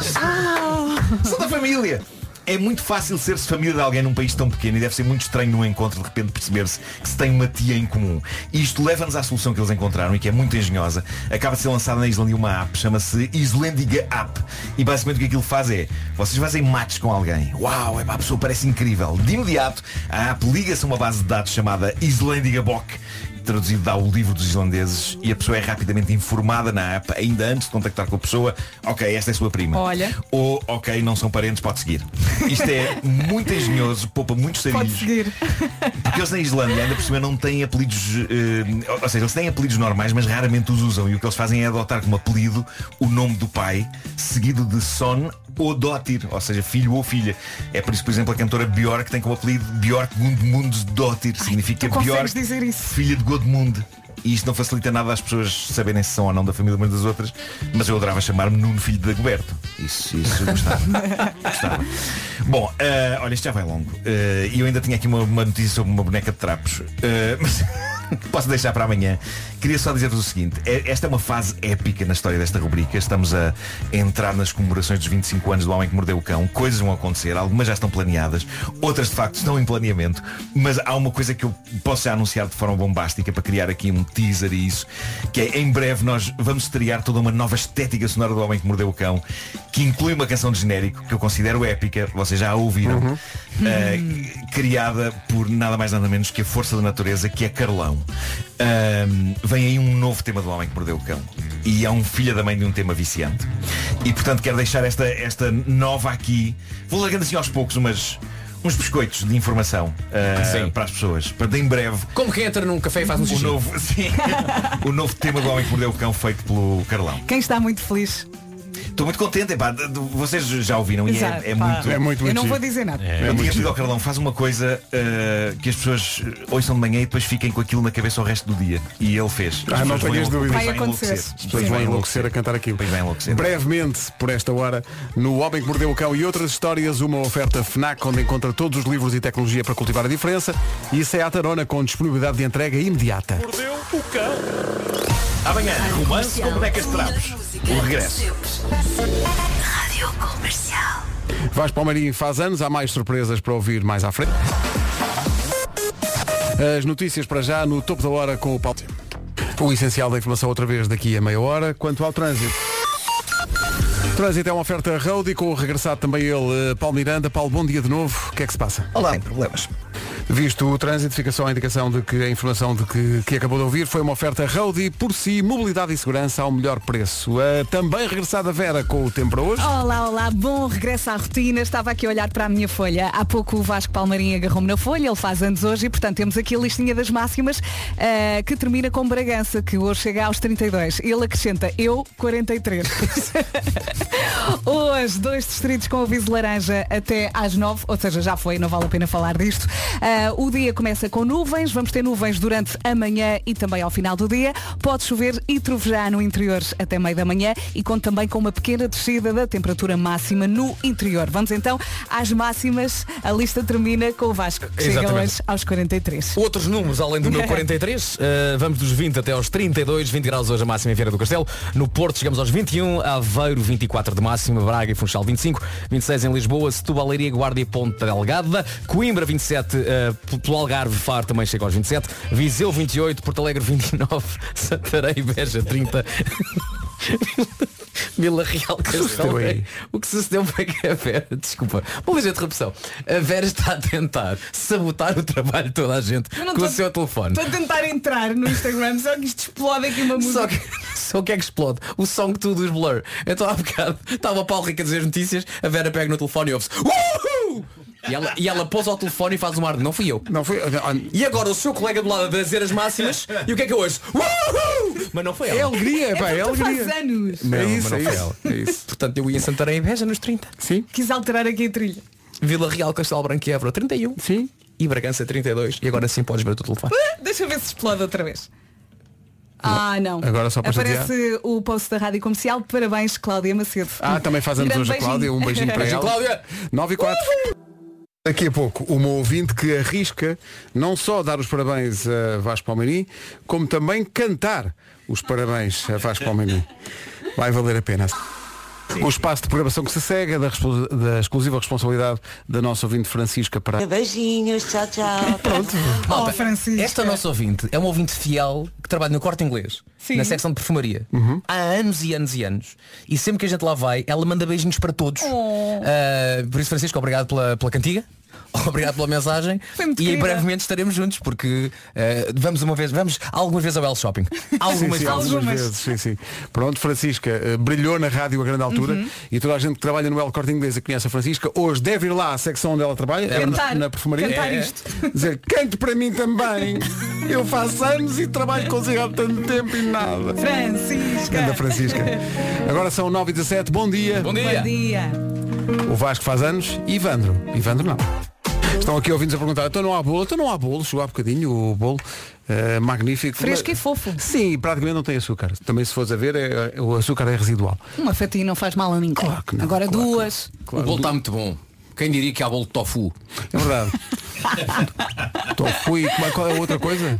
são da família. É muito fácil ser-se família de alguém num país tão pequeno e deve ser muito estranho num encontro de repente perceber-se que se tem uma tia em comum. E isto leva-nos à solução que eles encontraram e que é muito engenhosa. Acaba de ser lançada na Islândia uma app, chama-se Islandiga App. E basicamente o que aquilo faz é, vocês fazem matches com alguém. Uau, é pá, a pessoa parece incrível. De imediato, a app liga-se a uma base de dados chamada Islandiga Bock traduzido dá o livro dos islandeses e a pessoa é rapidamente informada na app, ainda antes de contactar com a pessoa, ok, esta é sua prima. Olha. Ou, ok, não são parentes, pode seguir. Isto é muito engenhoso, poupa muitos Pode sarilhos. seguir. Porque eles na Islândia ainda por cima não têm apelidos eh, Ou seja, eles têm apelidos normais Mas raramente os usam E o que eles fazem é adotar como apelido O nome do pai Seguido de son ou dótir Ou seja, filho ou filha É por isso que, por exemplo, a cantora Björk Tem como apelido Björk Gundmund Dótir Significa tu consegues Björk dizer isso. Filha de Godmund e isto não facilita nada às pessoas saberem se são ou não da família umas das outras, mas eu adorava chamar-me Nuno Filho de Dagoberto. Isso, isso eu gostava. Gostava. Bom, eh, olha, isto já vai longo. Eh, E eu ainda tinha aqui uma, uma notícia sobre uma boneca de trapos. Eh, mas Posso deixar para amanhã. Queria só dizer-vos o seguinte. é- Esta é uma fase épica na história desta rubrica. Estamos a entrar nas comemorações dos 25 anos do Homem que Mordeu o Cão. Coisas vão acontecer. Algumas já estão planeadas. Outras, de facto, estão em planeamento. Mas há uma coisa que eu posso já anunciar de forma bombástica para criar aqui um teaser e isso. Que é, em breve, nós vamos estrear toda uma nova estética sonora do Homem que Mordeu o Cão. Que inclui uma canção de genérico que eu considero épica. Vocês já a ouviram. Eh, criada por nada mais nada menos que a força da natureza, que é Carlão. Ahm, vem aí um novo tema do Homem que Mordeu o Cão. E é um filho da mãe de um tema viciante. E portanto quero deixar esta, esta nova aqui. Vou largando assim aos poucos umas, uns biscoitos de informação ah, Sim. para as pessoas. Para de em breve. Como quem entra num café e faz um o xixi. novo, sim, o novo tema do Homem que Mordeu o Cão feito pelo Carlão. Quem está muito feliz. Estou muito contente, epá, de- de- vocês já ouviram e Exato, é, é pá. muito. Eu não vou dizer nada. É, eu tinha pedido ao Carlão, faz uma coisa uh, que as pessoas uh, ouçam de manhã e depois fiquem com aquilo na cabeça o resto do dia. E ele fez. As Ah, não pessoas vão tenhas enlou- dúvidas. vão Vai enlouquecer. acontecer. As Depois pessoas vão vão enlouquecer a cantar aquilo. enlouquecer. Brevemente, por esta hora, no Homem que Mordeu o Cão e outras histórias, uma oferta FNAC, onde encontra todos os livros e tecnologia para cultivar a diferença. E isso é a tarona com disponibilidade de entrega imediata. Mordeu o cão. Amanhã, romance com bonecas de trapos. O regresso. Rádio Comercial. Vais para o Marinho faz anos, há mais surpresas para ouvir mais à frente. As notícias para já no topo da hora com o Paulo. O essencial da informação outra vez daqui a meia hora. Quanto ao trânsito. Trânsito é uma oferta road e com o regressado também ele, eh, Paulo Miranda. Paulo, bom dia de novo. O que é que se passa? Olá, sem problemas. Visto o trânsito, fica só a indicação de que a informação de que, que acabou de ouvir foi uma oferta Roadie por si, mobilidade e segurança ao melhor preço. Eh, também regressada Vera com o tempo para hoje. Olá, olá, bom regresso à rotina. Estava aqui a olhar para a minha folha. Há pouco o Vasco Palmarinho agarrou-me na folha, ele faz anos hoje e, portanto, temos aqui a listinha das máximas ah, que termina com Bragança, que hoje chega aos 32. Ele acrescenta, eu 43. hoje, dois distritos com aviso laranja até às 9, ou seja, já foi, não vale a pena falar disto. Ah, o dia começa com nuvens, vamos ter nuvens durante a manhã e também ao final do dia. Pode chover e trovejar no interior até meio da manhã e conto também com uma pequena descida da temperatura máxima no interior. Vamos então às máximas. A lista termina com o Vasco, que chega Exatamente. hoje aos 43. Outros números, além do meu 43, eh, vamos dos 20 até aos 32, 20 graus hoje a máxima em Vieira do Castelo. No Porto chegamos aos 21, Aveiro 24 de máxima, Braga e Funchal 25, 26 em Lisboa, Setúbal, Leiria, Guarda e Ponta Delgada, Coimbra 27, eh, p- pelo Algarve, Faro também chega aos 27, Viseu 28, Porto Alegre 29, Santarém e Beja 30. Vila Real Castelo Rei. O que sucedeu foi que a Vera, desculpa, uma ligeira interrupção. A Vera está a tentar sabotar o trabalho de toda a gente Eu não com tô- o seu telefone. Estou a tentar entrar no Instagram, só que isto explode aqui uma música. Só que, só o que é que explode? O som que tu dos Blur. Então há bocado estava o Paulo Rica a dizer as notícias, a Vera pega no telefone e ouve-se "Uhul!" e ela, e ela pôs ao telefone e faz um ar de não fui eu. Não foi. E agora o seu colega do lado a dizer as máximas e o que é que eu ouço? "Uhul!" Mas não foi ela. É alegria, pá, é porque tu alegria. fazes anos. Não, É mas isso, não é foi isso. ela. É isso. Portanto, eu ia em Santarém e Beja nos 30. Sim? Quis alterar aqui a trilha. Vila Real, Castelo Branco e Évora 31 Sim? e Bragança 32 e agora sim podes ver o teu telefone. Deixa eu ver se explode outra vez. Ah, não. Agora só para Aparece o post da Rádio Comercial. Parabéns, Cláudia Macedo. Ah, também faz anos Grande hoje a beijinho. Cláudia. Um beijinho para Beijinho, ela. Cláudia. 9 e 4. Daqui a pouco, uma ouvinte que arrisca não só dar os parabéns a Vasco Palmeirim, como também cantar os parabéns a Vasco Palmeirim. Vai valer a pena. O espaço de programação que se segue é da, respo- da exclusiva responsabilidade da nossa ouvinte Francisca para Beijinhos, tchau, tchau. Oh, Malta, Francisco. Esta nossa ouvinte é uma ouvinte fiel que trabalha no corte inglês, Sim. na secção de perfumaria, há anos e anos e anos. E sempre que a gente lá vai, ela manda beijinhos para todos. Oh. Ah, por isso, Francisco, obrigado pela, pela cantiga. Obrigado pela mensagem Foi muito e querida. brevemente estaremos juntos porque ah, vamos uma vez, vamos algumas vezes ao El Shopping. Algumas Sim, sim, vezes. Algumas. vezes, sim, sim. Pronto, Francisca eh, brilhou na rádio a grande altura Uhum. e toda a gente que trabalha no El Corte Inglês e conhece a Francisca, hoje deve ir lá à secção onde ela trabalha, é na, Cantar. na perfumaria, É. Cantar isto. dizer, canto para mim também. Eu faço anos e trabalho consigo há tanto tempo e nada. Francisca. Anda Francisca. Agora são 9 e 17 bom dia. Bom dia. Bom dia. O Vasco faz anos. Ivandro. Ivandro não. Estão aqui ouvintes a perguntar, então não há bolo, então não há bolo, chegou há bocadinho o bolo eh, magnífico. Fresco Mas- e fofo. Sim, praticamente não tem açúcar. Também se fores a ver, é- é- o açúcar é residual. Uma fatia não faz mal a ninguém. Claro que não, Agora é claro que duas. O bolo está muito bom. Quem diria que há bolo de tofu? É verdade. tofu e qual- qual é a outra coisa?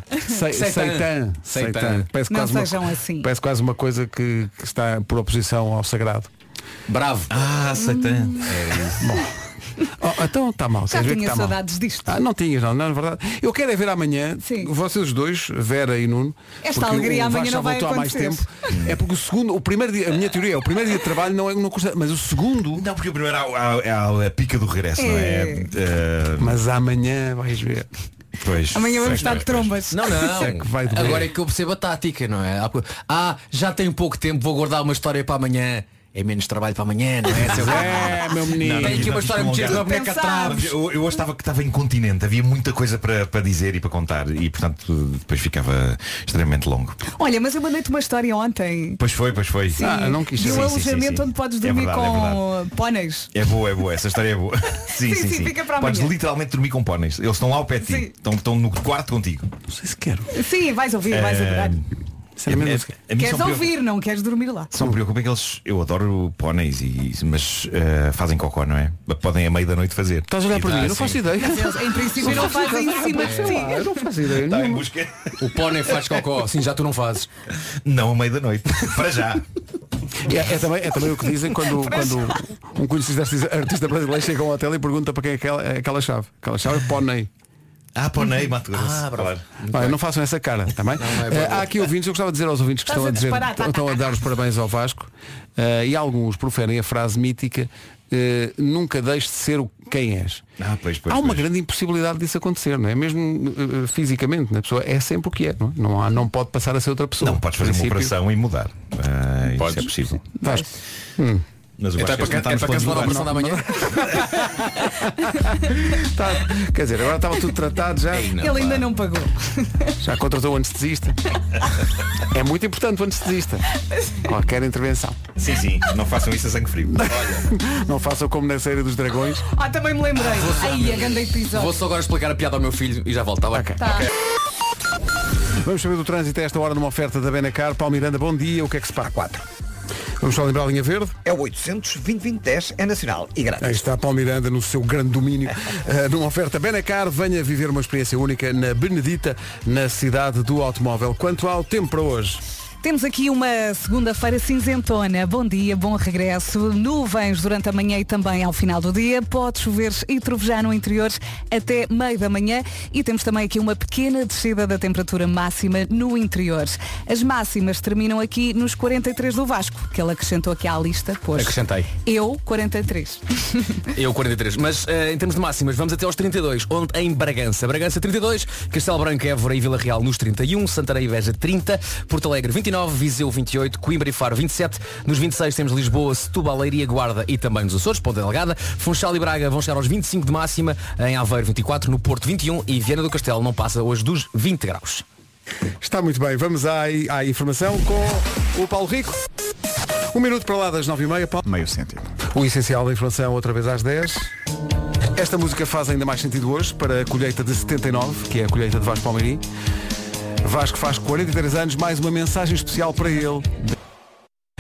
Seitan. Sei- Seitan. Seitan. Seitan. Parece Não quase sejam uma, assim. Parece quase uma coisa que, que está por oposição ao sagrado. Bravo. Ah, Seitan. Oh, então está mal. Já vocês veem que tinha está mal. saudades disto. Ah, não tinhas, não, não, é verdade. Eu quero é ver amanhã, vocês os dois, Vera e Nuno. Esta porque alegria o amanhã Vasco já não vai voltou há mais tempo. acontecer. É porque o segundo, o primeiro dia, a minha teoria é, o primeiro dia de trabalho não, é, não custa, mas o segundo. Não, porque o primeiro é a pica do regresso, não é? É. Eh, Mas amanhã vais ver. Pois. Amanhã vamos sei estar que- de trombas. Não, não. É que vai doer. Agora é que eu percebo a tática, não é? Há co- Ah, já tem pouco tempo, vou guardar uma história para amanhã. É menos trabalho para amanhã, não é? seu- É, meu menino. é Tem aqui é uma história um metida na boneca atrás. Mas Eu, eu hoje estava que estava incontinente, havia muita coisa para, para dizer e para contar e portanto depois ficava extremamente longo. Olha, mas eu mandei-te uma história ontem. Pois foi, pois foi. Ah, Sim. de um alojamento onde podes dormir é verdade, É, verdade. com uh, póneis. É boa, é boa, essa história é boa. sim, Sim, sim, fica para Podes amanhã. literalmente dormir com póneis. Eles estão lá ao pé de ti. Sim. Estão, estão no quarto contigo. Não sei se quero. é Sim, vais ouvir, vais Eh, adorar. É assim. Queres ouvir, não queres dormir lá. Só me preocupa é que eles. Eu adoro póneis, e, mas eh, fazem cocó, não é? Podem à meia da noite fazer. assim, Estás a olhar para mim? Eu não faço ideia. Mas eles, em princípio, não fazem em cima de Sei lá, eu ti. não faço ideia nenhuma. O pônei faz Tá cocó, assim já tu não fazes. Não à meia da noite. Para já. É, é também, é também o que dizem quando, quando um conhecido artista- artista brasileiro chega ao hotel e pergunta para quem é aquela, é aquela chave. Aquela chave é pónei. Ah, pónei, Mato Grosso. Ah, claro. Pá, eu não façam essa cara também. é Eh, há aqui ouvintes, eu gostava de dizer aos ouvintes que Estás estão a, a dizer, disparar, tá, tá, estão a dar os parabéns ao Vasco eh, e alguns proferem a frase mítica eh, nunca deixes de ser o quem és. Ah, pois, pois, há uma pois. grande impossibilidade disso acontecer, não é? Mesmo eh, fisicamente, né? a pessoa é sempre o que é, não, é? não, há, não pode passar a ser outra pessoa. Não, podes fazer uma Princípio. operação e mudar. Ah, Isso é possível. Vasco. Hum. Mas o Então é para, Vasco este não can- é está nos para cancelar a planos do operação da Vasco. manhã. Tá, quer dizer, agora estava tudo tratado É já. Ele ainda não pagou. Já contratou o anestesista. É muito importante o anestesista. Qualquer intervenção. Sim, sim, não façam isso a sangue frio. Não façam como na série dos dragões. Ah, também me lembrei. Aí, a grande Vou episódio. só agora explicar a piada ao meu filho e já volto, tá bem? Tá. Vamos saber do trânsito a esta hora numa oferta da Benacar. Paulo Miranda, bom dia. O que é que se passa? 4. Vamos só lembrar a linha verde. É o 800 é nacional e grátis. Aí está Paulo Miranda no seu grande domínio. Eh, numa oferta Benacar, venha viver uma experiência única na Benedita, na cidade do automóvel. Quanto ao tempo para hoje? Temos aqui uma segunda-feira cinzentona. Bom dia, bom regresso. Nuvens durante a manhã e também ao final do dia. Pode chover e trovejar no interior até meio da manhã. E temos também aqui uma pequena descida da temperatura máxima no interior. As máximas terminam aqui nos 43 do Vasco, que ele acrescentou aqui à lista. Pois. Acrescentei. Eu, 43. Eu 43. Mas eh, em termos de máximas, vamos até aos 32. Onde em Bragança. Bragança 32, Castelo Branco, Évora e Vila Real nos 31, Santarém e Veja 30, Porto Alegre 29, Viseu 28, Coimbra e Faro 27. Nos 26 temos Lisboa, Setúbal, Leiria, Guarda e também nos Açores, Ponta Delgada. Funchal e Braga vão chegar aos 25 de máxima, em Aveiro 24, no Porto 21 e Viana do Castelo não passa hoje dos 20 graus. Está muito bem, vamos à, à informação com o Paulo Rico. Um minuto para lá das nove e meia, Paulo. Meio cêntimo. O essencial da informação, outra vez às 10. Esta música faz ainda mais sentido hoje para a colheita de 79, que é a colheita de Vasco Palmeirim. Vasco faz 43 anos, mais uma mensagem especial para ele.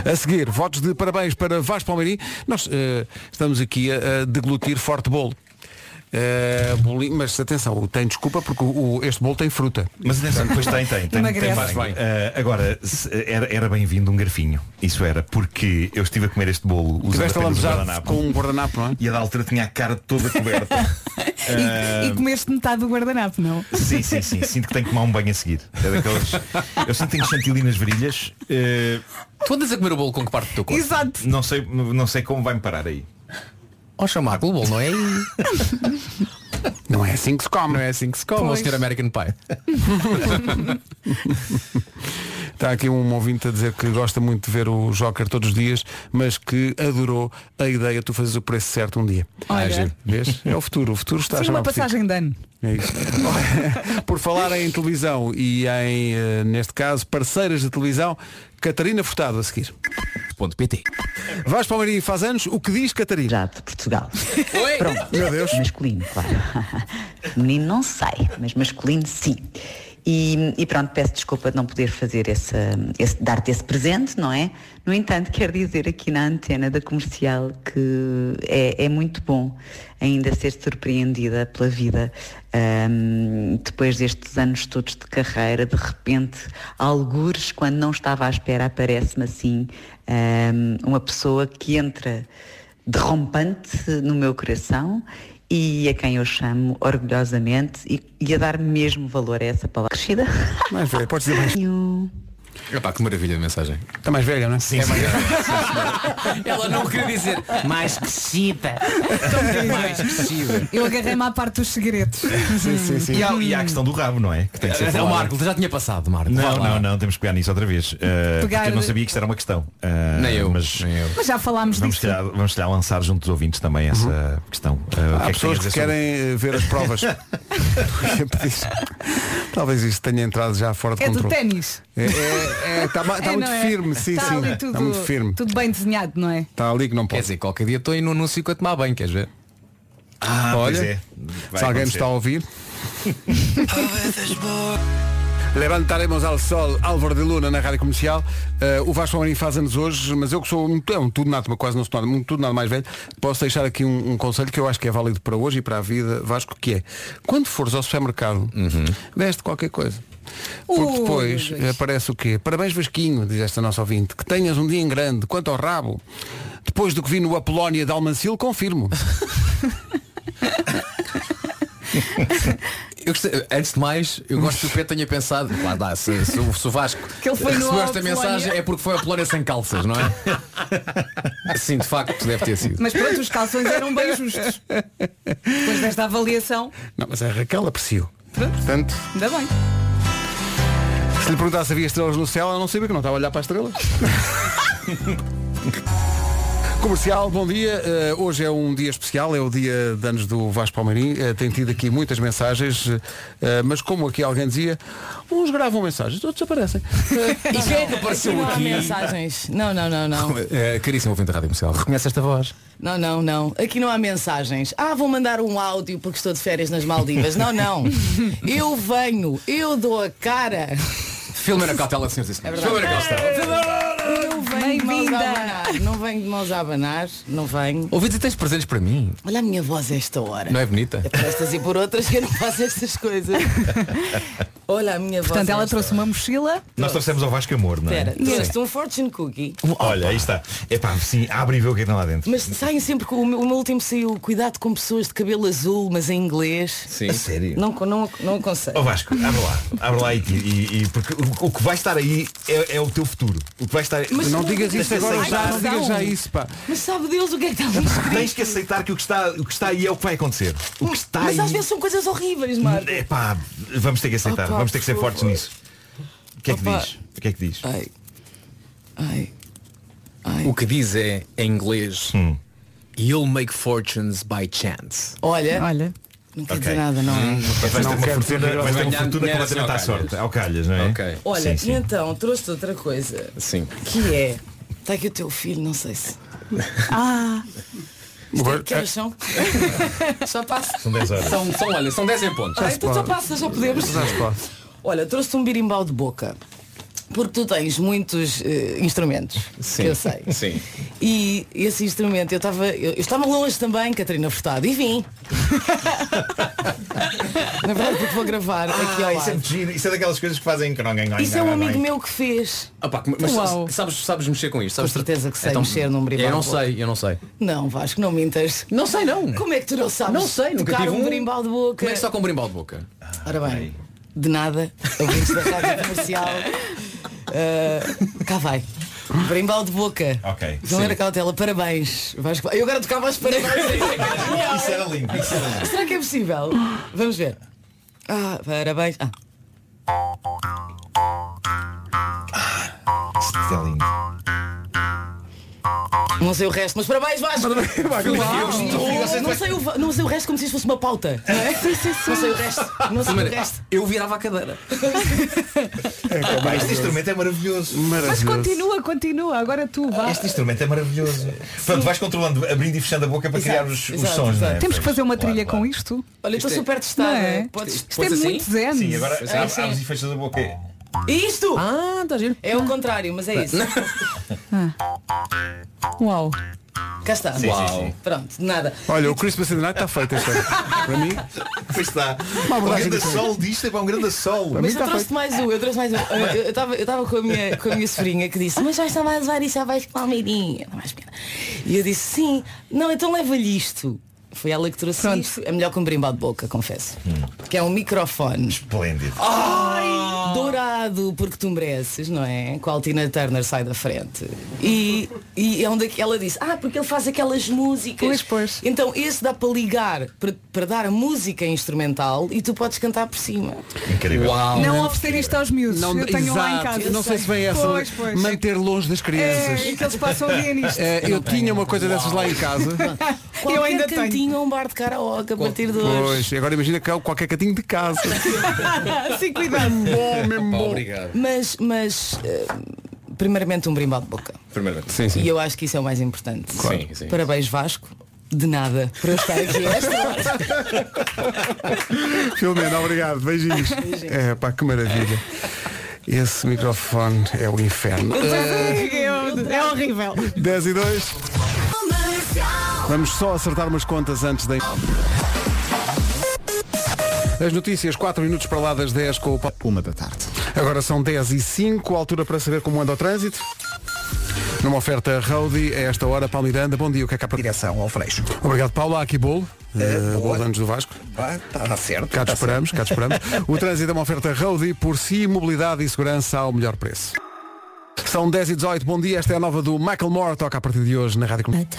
A seguir, votos de parabéns para Vasco Palmeirim. Nós eh, estamos aqui a, a deglutir forte bolo. Eh, bolinho, mas atenção, tem desculpa porque o- o- este bolo tem fruta. Mas atenção, depois tem, tem, tem, tem Emagrece. mais. Ah, agora, se- era, era bem-vindo um garfinho. Isso era, porque eu estive a comer este bolo usando Tiveste a apenas o lambuzar guardanapo. com um guardanapo, não é? E a da altura tinha a cara toda coberta. E, e Ah, comeste metade do guardanapo, não? Sim, sim, sim. Sinto que tenho que tomar um banho a seguir. É daqueles... Eu sinto que tenho chantilly nas varilhas. Eh, Tu andas a comer o bolo com que parte do teu corpo? Exato. Não sei, não sei como vai-me parar aí. Ó chamar o bolo, não é? Não é assim que se come. Não é assim que se come, Pois. o Sr. American Pie. Está aqui um ouvinte a dizer que gosta muito de ver o Joker todos os dias, mas que adorou a ideia de tu fazeres o preço certo um dia. Olha. Vês? É o futuro, o futuro está a Sim, chamar uma por ti. passagem de ano. É isso. Olha, Por falar em televisão e em, eh, neste caso, parceiras de televisão, Catarina Furtado a seguir. Ponto PT. Vais para o Marinho faz anos, o que diz Catarina? Já, de Portugal. Oi? Pronto. Meu Deus. Masculino, claro. Menino não sei, mas masculino sim. E, e pronto, peço desculpa de não poder fazer essa, esse, dar-te esse presente, não é? No entanto, quero dizer aqui na antena da comercial que é, é muito bom ainda ser surpreendida pela vida. Ahm, depois destes anos todos de carreira, de repente, algures, quando não estava à espera, aparece-me assim ahm, uma pessoa que entra derrompante no meu coração e a quem eu chamo orgulhosamente e, e a dar mesmo valor a essa palavra crescida. Mais velha, podes dizer mais. Epá, que maravilha de mensagem. Está mais velha, não é? Sim, mais velha. Ela não queria dizer mais crescida. querida. mais crescida. Eu agarrei-me à parte dos segredos. E, há, e há a questão do rabo, não é? Que tem que ser É, o falada. Marco, já tinha passado, Marco. Não, Vá lá. não, não, temos que pegar nisso outra vez. Uh, Pegar- Porque eu não sabia que isto era uma questão. Uh, Nem eu, Mas, Mas já falámos Vamos disso. calhar, vamos calhar lançar junto dos ouvintes também essa Uhum. questão. Uh, o que é Há que pessoas que têm a dizer sobre- querem eh, ver as provas. Eu ia pedir. Talvez isto tenha entrado já fora de É do controle. ténis. É, é, é, tá, ma- tá É, muito não é? firme, sim, Tá sim. ali Está tudo, muito firme. Tudo bem desenhado, não é? Está ali que não pode. Quer dizer, qualquer dia estou aí no anúncio a tomar banho, queres ver? Ah, Olha, pois é. Vai se alguém me acontecer. está a ouvir. Levantaremos ao sol Álvaro de Luna na Rádio Comercial. Eh, o Vasco Amorim faz anos hoje, mas eu que sou um, é um tudo nato, mas quase não sou nada, um tudo nada mais velho, posso deixar aqui um, um conselho que eu acho que é válido para hoje e para a vida, Vasco, que é quando fores ao supermercado, veste qualquer coisa. Porque Ui, depois ui, ui. aparece o quê? Parabéns Vasquinho, diz esta nossa ouvinte, que tenhas um dia em grande. Quanto ao rabo, depois do que vi no Apolónia de Almancil, confirmo. Eu gostei- antes de mais, eu gosto que o Pedro tenha pensado, lá dá, se, se, o- se o Vasco Que ele foi no recebeu esta Apolónia. mensagem é porque foi a Polónia sem calças, não é? Sim, de facto, deve ter sido. Mas pronto, os calções eram bem justos. Depois desta avaliação, Não, mas a Raquel aprecio. Pronto. Portanto, ainda bem. se lhe perguntasse se havia estrelas no céu, ela não sabia que não estava a olhar para as estrelas. Comercial, bom dia. Eh, hoje é um dia especial, é o dia de anos do Vasco Palmeirim. Eh, tem tido aqui muitas mensagens, eh, mas como aqui alguém dizia, uns gravam mensagens, outros aparecem. E quem é que apareceu não aqui? Não há mensagens. Não, não, não, é? não. Eh, caríssimo ouvinte da Rádio Comercial, reconhece esta voz? Não, não, não. Aqui não há mensagens. Ah, vou mandar um áudio porque estou de férias nas Maldivas. Não, não. Eu venho, eu dou a cara. Filma na cautela, senhores e senhores. É verdade. Filma na cautela. Eu venho de mãos a Bem-vinda. abanar. Não venho de mãos a abanar. Não venho. Ouvintes, tens presentes para mim? Olha a minha voz a esta hora. Não é bonita? Por estas e por outras que eu não faço estas coisas. Olha a minha voz. Portanto, a ela esta trouxe uma mochila. Nós trouxemos ao Vasco Amor, não é? Espera, trouxe um fortune cookie. Olha, aí está. Epá, sim, abre e vê o que é que tem lá dentro. Mas saem sempre com o meu, o meu último saiu Cuidado com pessoas de cabelo azul, mas em inglês Sim. Oh, A sério? Não, não, não aconselho Ó Vasco, abre lá, abre lá e, e- e- porque o, o que vai estar aí é, é o teu futuro. O que vai estar Mas não digas isso Tens que agora aceitar. já, não digas já isso, pá. Mas sabe Deus o que é que está ali Tens escrito que aceitar que o que está, o que está aí é o que vai acontecer. O que está Mas às aí. É. vezes são coisas horríveis, Marco Epá, vamos ter que aceitar, Opa, vamos ter que ser por fortes favor. nisso. O que é que Opa. diz? O que é que diz? Ai. Ai. O que diz é, em inglês, You'll make fortunes by chance. Olha, Olha. não quer Ok. Hum. dizer nada, não é? Mas vais ter Não uma quero fortuna, vais dizer- ter uma ganhar fortuna dinheiro completamente à assim ao calhas. sorte. Ao calhas, não é? Ok. Olha, Sim, sim. e então trouxe-te outra coisa Sim. Que é Está aqui o teu filho, não sei se é Ah, Agora, Que é- horas são? Só passa São 10 horas. São, são, olha, são 10 em pontos. Ah, então só passa, já podemos já se pode. Olha, trouxe-te um birimbau de boca. Porque tu tens muitos eh, instrumentos, que eu sei. Sim. E esse instrumento, eu estava eu, eu estava longe também, Catarina Furtado, e vim. Na verdade, porque vou gravar aqui Ah, ao isso lado. é muito giro. Isso é daquelas coisas que fazem Isso é um amigo meu que fez. Ah, pá, mas Uau. sabes, sabes mexer com isto? Sabes É Com certeza que sei mexer num berimbau Eu não de boca. sei, eu não sei. Não, Vasco, não mintas. Não sei não. Como é que tu não sabes? Não sei, nunca tocar tive um um. berimbau de boca. Como é que só com um berimbau de boca? Ora bem, de nada, ouvintes da Rádio Comercial. Uh, cá vai. Brimbal de boca. Ok, Galera Cautela, parabéns. Vasco- Eu agora tocava aos parabéns. Isso era é lindo, isso era lindo. Será que é possível? Vamos ver. Ah, parabéns. Ah, Isso é lindo. Não sei o resto, mas parabéns, Vasco! Uau. Não, não sei o, va- não sei o resto como se isso fosse uma pauta. Não, é? não sei o resto. Não sei o Primeiro, resto. Eu virava a cadeira. Pá, este instrumento é maravilhoso. Mas continua, continua. Agora tu vai. Este instrumento é maravilhoso. Pronto, vais controlando, abrindo e fechando a boca para Exato, criar os, os exato, sons, exato. não é? Temos que fazer uma trilha com isto. Olha, estou Isto é- super testada. Não é? Podes- assim? Isto é muito zen. Sim, agora É, abres sim. abres e fechas a boca. Isto! Ah, está giro. É o contrário, mas é isso. Uau. Cá está. Sim, sim, Uau. sim. Pronto, nada. Olha, o Christmas in the Night está feito este ano. Para mim. Pois tá. está. Uma um abordagem grande diferente. sol disto é para um grande sol. Mas eu trouxe mais um, eu trouxe mais um. Eu- Eu estava eu tava com, a minha- com a minha sobrinha que disse, mas já está mais levar isso, já vais para a Almeirinha. Não mais pena. E eu disse, sim, não, então leva-lhe isto. Foi ela que trouxe isto. É melhor que um brimbal de boca, confesso. Hum. Que é um microfone. Esplêndido. Ai, dourado, porque tu mereces, não é? Com a Altina Turner sai da frente. E, e é onde ela disse, ah, porque ele faz aquelas músicas. Pois, pois. Então esse dá para ligar, para, para dar a música instrumental e tu podes cantar por cima. Incrível. Não oferecer isto aos miúdos. Não, eu tenho lá em exato. casa. Não sei se vem essa. Pois, pois. Manter longe das crianças. É, e que eles possam ver nisto. É, eu tinha uma coisa dessas lá em casa. Qualquer ainda tenho. cantinho é um bar de karaoke a partir de hoje. Pois, agora imagina que é qualquer catinho de casa. Sim, cuidado. Bom, mesmo bom. Obrigado. Mas, mas eh, primeiramente um brimbal de boca. Primeiramente. Sim, E eu acho que isso é o mais importante. Claro. Sim, sim. Parabéns Vasco. De nada. Por eu estar aqui a esta hora. Filomena, obrigado. Beijinhos. É, pá, que maravilha. Esse microfone é o inferno. É horrível. 10 e 2. Vamos só acertar umas contas antes da. As notícias, 4 minutos para lá das 10 com o Paulo. Uma da tarde. Agora são 10 e 5, altura para saber como anda o trânsito. Numa oferta Roadie, a esta hora, Paulo Miranda, bom dia, o que é cá para... Direção ao Freixo. Obrigado, Paulo, há aqui bolo. Uh, bolo de anos do Vasco. Está certo. Cá te Ah, tá esperamos, cá te esperamos. O trânsito é uma oferta Roadie, por si, mobilidade e segurança ao melhor preço. São 10 e 18, bom dia, esta é a nova do Michael Moore, toca a partir de hoje na Rádio Comunidade.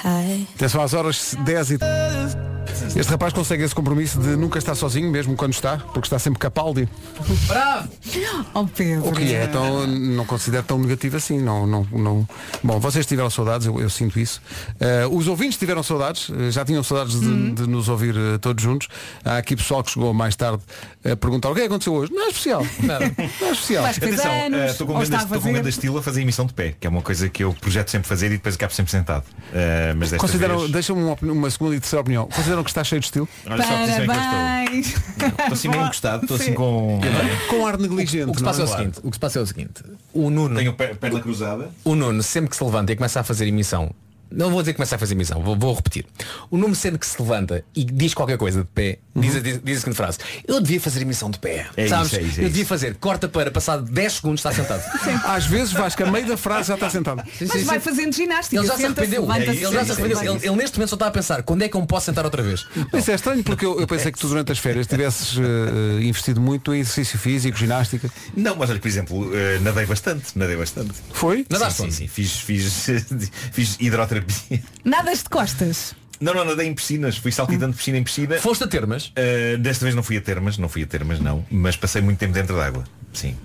Atenção às horas 10 e... Este rapaz consegue esse compromisso de nunca estar sozinho, mesmo quando está, porque está sempre capaldi. Bravo! Oh Pedro. O que é tão, não considero tão negativo assim. Não, não, não. Bom, vocês tiveram saudades, eu, eu sinto isso. Eh, os ouvintes tiveram saudades, eh, já tinham saudades de, Uhum. de nos ouvir eh, todos juntos. Há aqui pessoal que chegou mais tarde a perguntar o que é que aconteceu hoje. Não é especial. Nada. Não é especial. Atenção, eh, estou com um grande- estou com um grande estilo a fazer emissão de pé, que é uma coisa que eu projeto sempre fazer e depois acabo sempre sentado. Eh, mas desta Consideram, vez... deixa-me uma, opini- uma segunda e terceira opinião. Consideram que está cheio de estilo? Olha só é que dizem que eu estou. Estou assim meio encostado, estou assim com. Com ar negligente. O que se passa é o seguinte, o que se passa é o seguinte. O Nuno. um Tenho per- perna cruzada. O Nuno, sempre que se levanta e começa a fazer emissão, não vou dizer que começa a fazer emissão, vou, vou repetir. O Nuno sempre que se levanta e diz qualquer coisa de pé, diz, a- diz, diz a seguinte frase, eu devia fazer emissão de pé. É sabes? isso, é isso, é eu isso. devia fazer, corta para, passado 10 segundos está sentado. Às vezes Vasco, a meio da frase já está sentado. Mas vai fazendo ginástica. Ele já se senta-se, arrependeu. É levanta-se, ele já se senta-se, arrependeu. levanta-se. Ele, ele neste momento só está a pensar, quando é que eu me posso sentar outra vez? Isso é estranho porque eu, eu pensei que tu durante as férias tivesses eh, investido muito em exercício físico, ginástica. Não, mas olha, por exemplo, eh, nadei bastante, nadei bastante. Foi? Nadaste? Sim, sim, fiz, fiz, fiz hidroterapia. Nadas de costas. Não, não, nadei em piscinas, fui saltitando de piscina em piscina. Foste a termas? Eh, desta vez não fui a termas, não fui a termas não, mas passei muito tempo dentro d'água. Sim.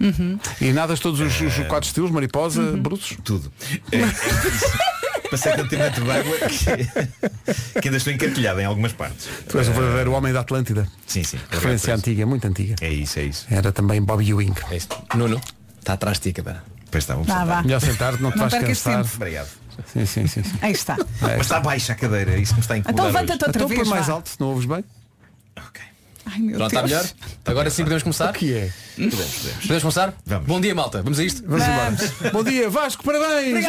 E nadas todos os, os quatro estilos, mariposa, brutos? Tudo. Eh, Passei tanto tempo dentro d'água que, que ainda estou encartilhado em algumas partes. Tu és o verdadeiro homem da Atlântida. Sim, sim. Referência antiga, muito antiga. É isso, é isso. Era também Bob Ewing. É isso. Nuno, está atrás de ti, cadê? Pois está, vamos Vá, sentar. vá. Melhor sentar-te, não te Ah. Não vais percas cansar. tempo. Obrigado. Sim, sim, sim. sim. Aí está. Mas está baixa a cadeira, É isso me está a incomodar. Então levanta-te outra Então vez. põe mais vá. alto, se não ouves bem. Ai, meu Pronto, tá está Deus. melhor? Agora sim podemos começar? que é? hoje. Podemos, podemos. Podemos começar? Bom dia, malta. Vamos a isto? Vamos embora. Bom dia, Vasco, parabéns!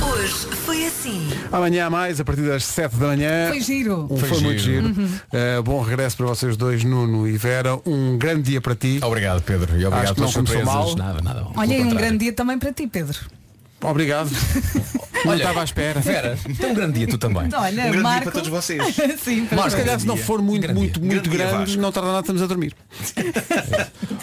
Hoje foi assim. Amanhã há mais, a partir das 7 da manhã. Foi giro. Um Foi, muito giro. Uh, bom regresso para vocês dois, Nuno e Vera. Um grande dia para ti. Obrigado, Pedro. E Acho obrigado que não pelas começou surpresas. mal. Nada, nada. bom. Olha, Pelo e um contrário. grande dia também para ti, Pedro. Obrigado. não Olha, estava à espera. Vera, tem um grande dia tu também. Olha, Um grande dia Marco. para todos vocês. Tá Sim, para Mas se calhar se não dia. for muito, Grande muito, dia. muito Grande dia, grande, Vasco. não tarda nada, estamos a dormir.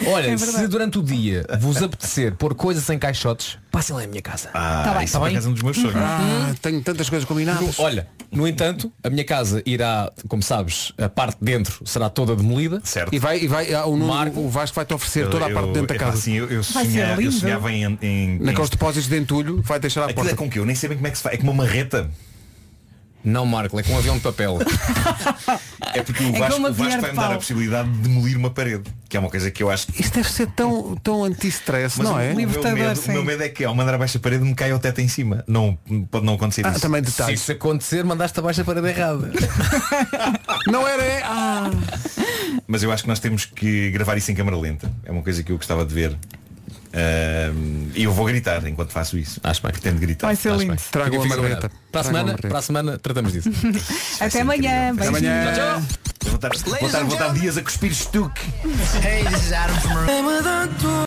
Olha, É verdade. se durante o dia vos apetecer pôr coisas em caixotes, Passem lá em minha casa. Ah, Tá bem. isso Tá é por bem? acaso um dos meus sonhos. Ah, tenho tantas coisas combinadas. Olha, no entanto, a minha casa irá, como sabes, a parte de dentro será toda demolida. Certo. E vai, e vai, ah, o, Nuno- o Vasco vai-te oferecer toda a parte dentro da epá, casa. assim, eu, eu sonhava, eu sonhava em, em, em Naqueles depósitos de entulho, vai deixar à Aquilo porta. é com que eu nem sei bem como é que se faz. É como uma marreta. Não, Marco, é com um avião de papel. é porque o É Vasco, como o Vasco aviar de vai-me dar pau. a possibilidade de demolir uma parede. Que é uma coisa que eu acho que. Isto deve ser tão, tão anti-stress, Mas um não o, é? o meu medo, o meu medo é que ao mandar abaixo a parede me caia o teto em cima. Não, pode não acontecer Ah, isso. também detalhes. Se isso acontecer, mandaste abaixo a parede errada. Tá Não era. é? Ah. Mas eu acho que nós temos que gravar isso em câmara lenta. É uma coisa que eu gostava de ver. Ahm, E eu vou gritar enquanto faço isso. Acho bem. Pretendo gritar. Acho bem. Fica fixa combinado. Para a semana, para a semana tratamos disso. Até amanhã. Até beijinhos. amanhã. Vou estar- vou estar vou estar dias a cuspir estuque.